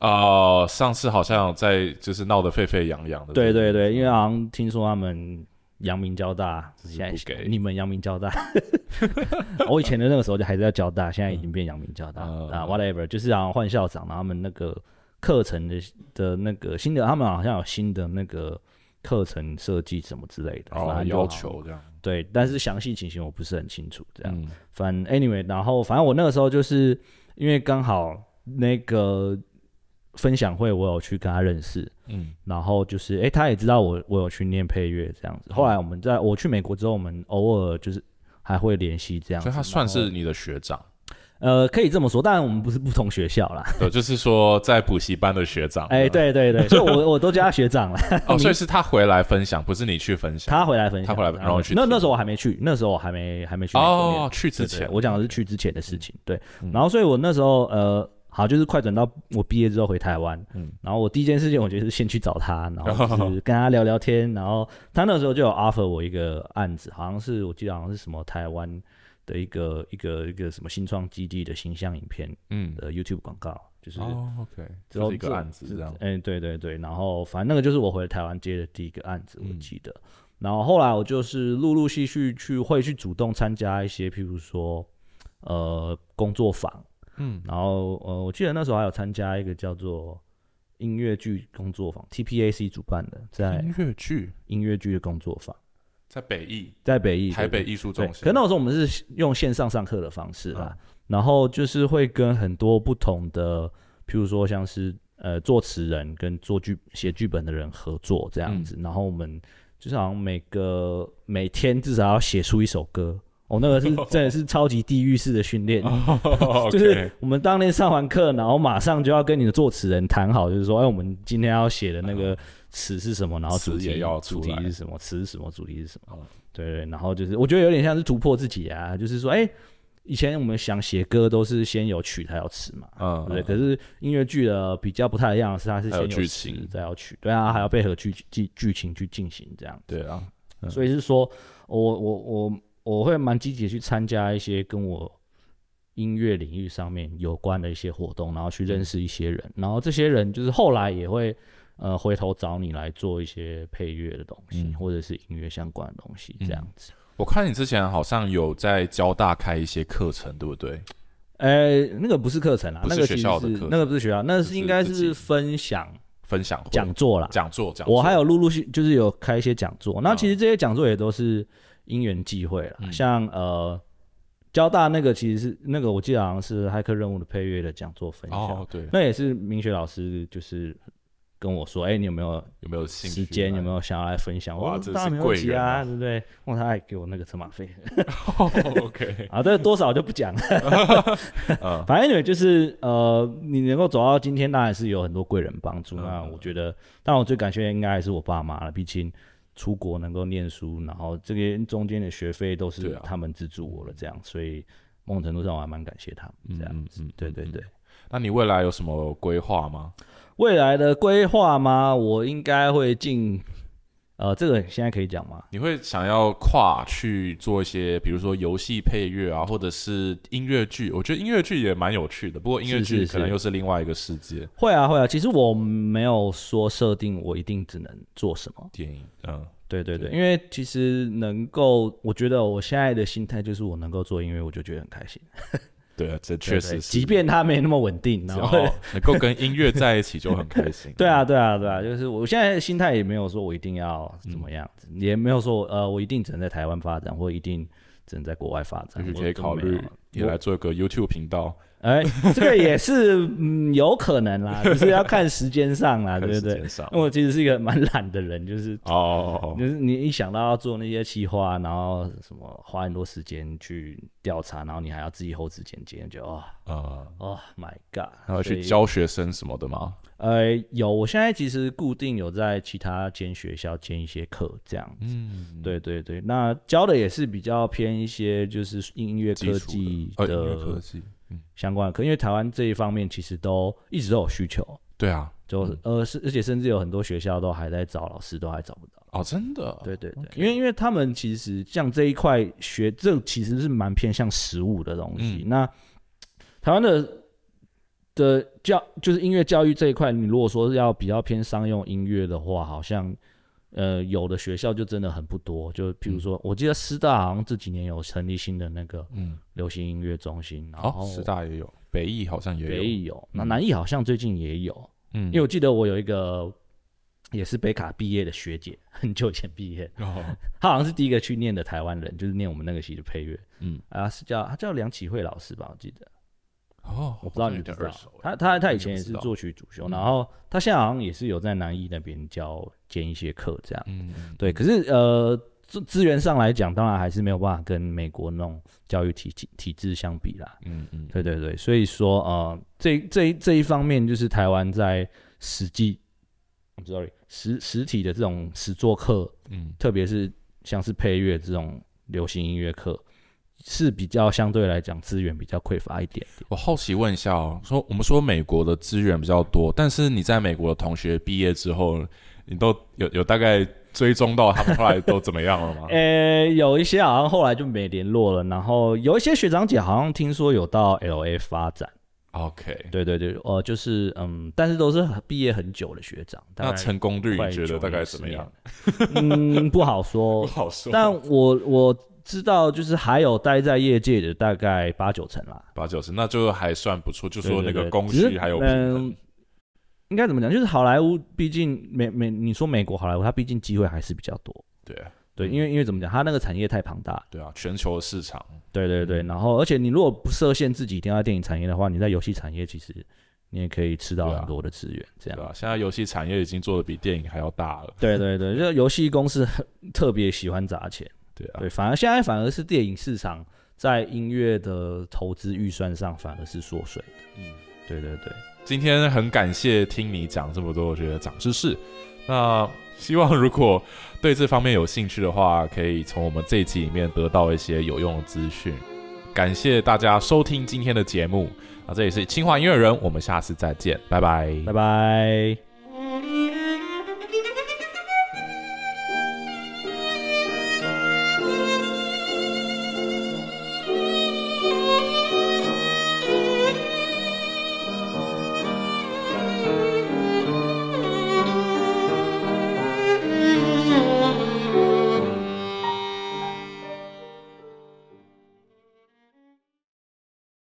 [SPEAKER 1] 哦，上次好像在就是闹得沸沸扬扬的。
[SPEAKER 2] 对对对，
[SPEAKER 1] 嗯
[SPEAKER 2] 因为好像听说他们阳明交大现在
[SPEAKER 1] 不给
[SPEAKER 2] 你们阳明 交大，我以前的那个时候就还是在交大，现在已经变阳明交大
[SPEAKER 1] 嗯
[SPEAKER 2] 啊，whatever，就是好像换校长，然后他们那个课程的的那个新的，他们好像有新的那个课程设计什么之类的，
[SPEAKER 1] 然后
[SPEAKER 2] 反正就
[SPEAKER 1] 哦要
[SPEAKER 2] 好啊
[SPEAKER 1] 求这样，
[SPEAKER 2] 对，但是详细情形我不是很清楚，这样。
[SPEAKER 1] 嗯，
[SPEAKER 2] 反正 anyway，然后反正我那个时候就是因为刚好那个分享会，我有去跟他认识，
[SPEAKER 1] 嗯，
[SPEAKER 2] 然后就是，诶，他也知道我我有去念配乐这样子。后来我们在我去美国之后，我们偶尔就是还会联系这样子。
[SPEAKER 1] 所以他算
[SPEAKER 2] 然
[SPEAKER 1] 是
[SPEAKER 2] 后
[SPEAKER 1] 你的学 长，
[SPEAKER 2] 呃，可以这么说，当然我们不是不同学校啦。
[SPEAKER 1] 对，就是说在补习班的学长。
[SPEAKER 2] 哎、对对 对，所以我我都叫他学长了。
[SPEAKER 1] 哦，所以是他回来分享，不是你去分享。
[SPEAKER 2] 他回来分享，哦
[SPEAKER 1] 他回来然后去
[SPEAKER 2] 那
[SPEAKER 1] 听
[SPEAKER 2] 那时候我还没去，那时候我还没还没去美国念
[SPEAKER 1] 哦，去之
[SPEAKER 2] 对对
[SPEAKER 1] 前
[SPEAKER 2] 我讲的是去之前的事情。对，
[SPEAKER 1] 嗯
[SPEAKER 2] 然后所以我那时候呃，好，就是快转到我毕业之后回台湾，
[SPEAKER 1] 嗯
[SPEAKER 2] 然后我第一件事情我就是先去找他，然 后就是跟他聊聊天，然后他那时候就有 offer 我一个案子，好像是我记得好像是什么台湾的一个一个一个什么新创基地的形象影片
[SPEAKER 1] 嗯，
[SPEAKER 2] 的 YouTube 广告，就是。
[SPEAKER 1] 哦，OK，
[SPEAKER 2] 之后
[SPEAKER 1] 这是一个案子这样，
[SPEAKER 2] 哎、对对对，然后反正那个就是我回台湾接的第一个案子，我
[SPEAKER 1] 嗯
[SPEAKER 2] 记得。然后后来我就是陆陆续续去会去主动参加一些，譬如说呃工作坊，
[SPEAKER 1] 嗯，
[SPEAKER 2] 然后呃我记得那时候还有参加一个叫做音乐剧工作坊 TPAC 主办的，在
[SPEAKER 1] 音乐剧
[SPEAKER 2] 音乐剧的工作坊，
[SPEAKER 1] 在北艺
[SPEAKER 2] 在北艺
[SPEAKER 1] 台
[SPEAKER 2] 对
[SPEAKER 1] 北艺术
[SPEAKER 2] 对，
[SPEAKER 1] 中
[SPEAKER 2] 可
[SPEAKER 1] 心嗯
[SPEAKER 2] 是那时候我们是用线上上课的方式啦，然后就是会跟很多不同的，譬如说像是呃作词人跟做剧写剧本的人合作这样子，然后我们就是好像每个每天至少要写出一首歌。哦，那个是真的是超级地狱式的训练，
[SPEAKER 1] 哦，
[SPEAKER 2] 就是
[SPEAKER 1] 是
[SPEAKER 2] 我们当天上完课，然后马上就要跟你的作词人谈好，就是说，哎，我们今天要写的那个词是什么，然后主
[SPEAKER 1] 嗯词
[SPEAKER 2] 题
[SPEAKER 1] 也要出
[SPEAKER 2] 主
[SPEAKER 1] 来
[SPEAKER 2] 题是什么，词是什么，主题是什么
[SPEAKER 1] 哦，
[SPEAKER 2] 对对。对然后就是我觉得有点像是突破自己啊，就是说，哎，以前我们想写歌都是先有曲才有词嘛，对
[SPEAKER 1] 嗯
[SPEAKER 2] 不对？啊可是音乐剧的比较不太一样的是，它是
[SPEAKER 1] 还
[SPEAKER 2] 先
[SPEAKER 1] 有剧
[SPEAKER 2] 词
[SPEAKER 1] 情
[SPEAKER 2] 再有曲，对啊，还要配合剧剧剧情去进行这样。
[SPEAKER 1] 对啊，嗯
[SPEAKER 2] 所以是说我我我我会蛮积极地去参加一些跟我音乐领域上面有关的一些活动，然后去认识一些人，然后这些人就是后来也会呃回头找你来做一些配乐的东西，
[SPEAKER 1] 嗯
[SPEAKER 2] 或者是音乐相关的东西这样子。
[SPEAKER 1] 我看你之前好像有在交大开一些课程，对不对？
[SPEAKER 2] 呃，那个不是课程啦，
[SPEAKER 1] 不是
[SPEAKER 2] 那个其实
[SPEAKER 1] 学校的课
[SPEAKER 2] 是
[SPEAKER 1] 程
[SPEAKER 2] 那个不是学校，那
[SPEAKER 1] 就是
[SPEAKER 2] 是应该
[SPEAKER 1] 自己
[SPEAKER 2] 是分享
[SPEAKER 1] 分享会
[SPEAKER 2] 讲座啦。
[SPEAKER 1] 讲座讲座，
[SPEAKER 2] 我还有陆陆续就是有开一些讲座，那其实这些讲座也都是因缘际会了、
[SPEAKER 1] 哦嗯
[SPEAKER 2] 像呃交大那个其实是那个我记得好像是骇客任务的配乐的讲座分享，
[SPEAKER 1] 哦，对，
[SPEAKER 2] 那也是明学老师就是跟我说，哎、你有没有
[SPEAKER 1] 有没有兴趣
[SPEAKER 2] 时
[SPEAKER 1] 来？
[SPEAKER 2] 间， 有没有想要来分享？
[SPEAKER 1] 哇
[SPEAKER 2] 我
[SPEAKER 1] 这
[SPEAKER 2] 说当然
[SPEAKER 1] 是
[SPEAKER 2] 没问题
[SPEAKER 1] 贵人
[SPEAKER 2] 啊，
[SPEAKER 1] 啊
[SPEAKER 2] 对不对？问他还给我那个车马费
[SPEAKER 1] 哦？OK，
[SPEAKER 2] 啊，这多少就不讲了。
[SPEAKER 1] 嗯
[SPEAKER 2] 反正你们就是呃，你能够走到今天，当然是有很多贵人帮助。
[SPEAKER 1] 嗯
[SPEAKER 2] 那
[SPEAKER 1] 嗯
[SPEAKER 2] 我觉得，当然我最感谢的应该还是我爸妈了，毕竟出国能够念书，然后这些中间的学费都
[SPEAKER 1] 对
[SPEAKER 2] 是
[SPEAKER 1] 啊
[SPEAKER 2] 他们资助我了，这样，所以某种程度上我还蛮感谢他们这样子。
[SPEAKER 1] 嗯嗯嗯
[SPEAKER 2] 对
[SPEAKER 1] 嗯
[SPEAKER 2] 对对，
[SPEAKER 1] 那你未来有什么规划吗？
[SPEAKER 2] 未来的规划吗？我应该会进，呃，这个现在可以讲吗？
[SPEAKER 1] 你会想要跨去做一些，比如说游戏配乐啊，或者是音乐剧？我觉得音乐剧也蛮有趣的，不过音乐
[SPEAKER 2] 是
[SPEAKER 1] 剧
[SPEAKER 2] 是
[SPEAKER 1] 可能又是另外一个世界。
[SPEAKER 2] 会啊会啊，其实我没有说设定我一定只能做什么。
[SPEAKER 1] 电影，嗯，
[SPEAKER 2] 对对对，因为其实能够，我觉得我现在的心态就是我能够做音乐，我就觉得很开心。
[SPEAKER 1] 对啊，这确
[SPEAKER 2] 对
[SPEAKER 1] 实
[SPEAKER 2] 对
[SPEAKER 1] 是。哦
[SPEAKER 2] 即便它没那么稳定，然
[SPEAKER 1] 然
[SPEAKER 2] 后
[SPEAKER 1] 后能够跟音乐在一起就很开心。
[SPEAKER 2] 对啊，对啊对啊，就是我现在的心态
[SPEAKER 1] 嗯
[SPEAKER 2] 也没有说我一定要怎么样子，也没有说我呃我一定只能在台湾发展，或一定只能在国外发展
[SPEAKER 1] 也许。
[SPEAKER 2] 我
[SPEAKER 1] 可以
[SPEAKER 2] 都
[SPEAKER 1] 考
[SPEAKER 2] 没
[SPEAKER 1] 虑
[SPEAKER 2] 有啊
[SPEAKER 1] 也
[SPEAKER 2] 我
[SPEAKER 1] 来做一个 YouTube 频道，
[SPEAKER 2] 哎，这个也是嗯有可能啦，只是要看时间上 啦，
[SPEAKER 1] 看
[SPEAKER 2] 对
[SPEAKER 1] 时
[SPEAKER 2] 不对？
[SPEAKER 1] 间上
[SPEAKER 2] 因为我其实是一个蛮懒的人，就是
[SPEAKER 1] 哦，
[SPEAKER 2] 就是你一想到要做那些企划，然后什么花很多时间去调查，然后你还要自己后置剪接，就哦
[SPEAKER 1] 啊，
[SPEAKER 2] 哦 my god，
[SPEAKER 1] 然后去
[SPEAKER 2] 所以
[SPEAKER 1] 教学生什么的吗？
[SPEAKER 2] 呃，有，我现在其实固定有在其他间学校兼一些课，这样。
[SPEAKER 1] 嗯，
[SPEAKER 2] 对对对，那教的也是比较偏一些就是音乐
[SPEAKER 1] 基
[SPEAKER 2] 科
[SPEAKER 1] 础
[SPEAKER 2] 技
[SPEAKER 1] 呃，音乐科
[SPEAKER 2] 的
[SPEAKER 1] 技，
[SPEAKER 2] 相关的课，因为台湾这一方面其实都一直都有需求，
[SPEAKER 1] 对啊，
[SPEAKER 2] 就、呃是而且甚至有很多学校都还在找老师，都还找不到。
[SPEAKER 1] 哦，真的，
[SPEAKER 2] 对对对，因为因为他们其实像这一块学，这其实是蛮偏向实物的东西。
[SPEAKER 1] 嗯
[SPEAKER 2] 那台湾的的教就是音乐教育这一块，你如果说要比较偏商用音乐的话，好像呃有的学校就真的很不多。就譬如说，我记得师大好像这几年有成立新的那个
[SPEAKER 1] 嗯，
[SPEAKER 2] 流行音乐中心，然后
[SPEAKER 1] 哦，师大也有，北艺好像也有，
[SPEAKER 2] 北艺有，那
[SPEAKER 1] 嗯
[SPEAKER 2] 南艺好像最近也有。
[SPEAKER 1] 嗯，
[SPEAKER 2] 因为我记得我有一个也是北卡毕业的学姐，很久以前毕业，
[SPEAKER 1] 哦，
[SPEAKER 2] 他好像是第一个去念的台湾人，就是念我们那个系的配乐
[SPEAKER 1] 嗯，
[SPEAKER 2] 啊，是叫他叫梁启慧老师吧，我记得，
[SPEAKER 1] 哦，
[SPEAKER 2] 我不知道
[SPEAKER 1] 好像
[SPEAKER 2] 你
[SPEAKER 1] 有
[SPEAKER 2] 知
[SPEAKER 1] 点
[SPEAKER 2] 不知
[SPEAKER 1] 耳
[SPEAKER 2] 道
[SPEAKER 1] 熟，
[SPEAKER 2] 他
[SPEAKER 1] 哎
[SPEAKER 2] 他他以
[SPEAKER 1] 我
[SPEAKER 2] 前也
[SPEAKER 1] 不知
[SPEAKER 2] 是
[SPEAKER 1] 道，
[SPEAKER 2] 作曲主修，
[SPEAKER 1] 嗯
[SPEAKER 2] 然后他现在好像也是有在南艺那边教兼一些课这样，
[SPEAKER 1] 嗯，嗯
[SPEAKER 2] 对，可是呃资资源上来讲，当然还是没有办法跟美国那种教育体体体制相比啦，
[SPEAKER 1] 嗯嗯，
[SPEAKER 2] 对对对，所以说呃，这这这一方面就是台湾在实际，I'm sorry，实实体的这种实作课，
[SPEAKER 1] 嗯
[SPEAKER 2] 特别是像是配乐这种流行音乐课，是比较相对来讲资源比较匮乏一点点。
[SPEAKER 1] 我好奇问一下哦，说我们说美国的资源比较多，但是你在美国的同学毕业之后，你都有有大概追踪到他们后来都怎么样了 吗？
[SPEAKER 2] 呃，有一些好像后来就没联络了，然后有一些学长姐好像听说有到 L A 发展，
[SPEAKER 1] OK，
[SPEAKER 2] 对对对，呃，就是嗯，但是都是很毕业很久的学长，大
[SPEAKER 1] 那
[SPEAKER 2] 概
[SPEAKER 1] 成功率
[SPEAKER 2] 快
[SPEAKER 1] 你觉
[SPEAKER 2] 9
[SPEAKER 1] 得大概
[SPEAKER 2] 年
[SPEAKER 1] 怎
[SPEAKER 2] 10
[SPEAKER 1] 么
[SPEAKER 2] 年
[SPEAKER 1] 样？
[SPEAKER 2] 了？嗯，不好
[SPEAKER 1] 不
[SPEAKER 2] 说，
[SPEAKER 1] 好说，
[SPEAKER 2] 但我我知道，就是还有待在业界的大概八九成啦。
[SPEAKER 1] 八九十，那就还算不错。就
[SPEAKER 2] 对
[SPEAKER 1] 说那
[SPEAKER 2] 对
[SPEAKER 1] 个
[SPEAKER 2] 对
[SPEAKER 1] 供
[SPEAKER 2] 只是
[SPEAKER 1] 需还有平衡
[SPEAKER 2] 嗯，应该怎么讲？就是好莱坞，毕竟美美，你说美国好莱坞，它毕竟机会还是比较多。
[SPEAKER 1] 对啊
[SPEAKER 2] 对，
[SPEAKER 1] 嗯
[SPEAKER 2] 因为因为怎么讲，它那个产业太庞大了。
[SPEAKER 1] 对啊，全球市场
[SPEAKER 2] 对对
[SPEAKER 1] 嗯
[SPEAKER 2] 对，然后而且你如果不设限自己一定要在电影产业的话，你在游戏产业其实你也可以吃到
[SPEAKER 1] 对啊
[SPEAKER 2] 很多的资源。这
[SPEAKER 1] 对啊
[SPEAKER 2] 样，
[SPEAKER 1] 吧？现在游戏产业已经做的比电影还要大了，
[SPEAKER 2] 对对对，就游戏公司很特别喜欢砸钱。
[SPEAKER 1] 对啊，
[SPEAKER 2] 对，反而现在反而是电影市场在音乐的投资预算上反而是缩水。
[SPEAKER 1] 嗯。
[SPEAKER 2] 对对对，
[SPEAKER 1] 今天很感谢听你讲这么多，我觉得长知识。那希望如果对这方面有兴趣的话，可以从我们这一集里面得到一些有用的资讯。感谢大家收听今天的节目，那这里是清华音乐人，我们下次再见，拜拜
[SPEAKER 2] 拜拜。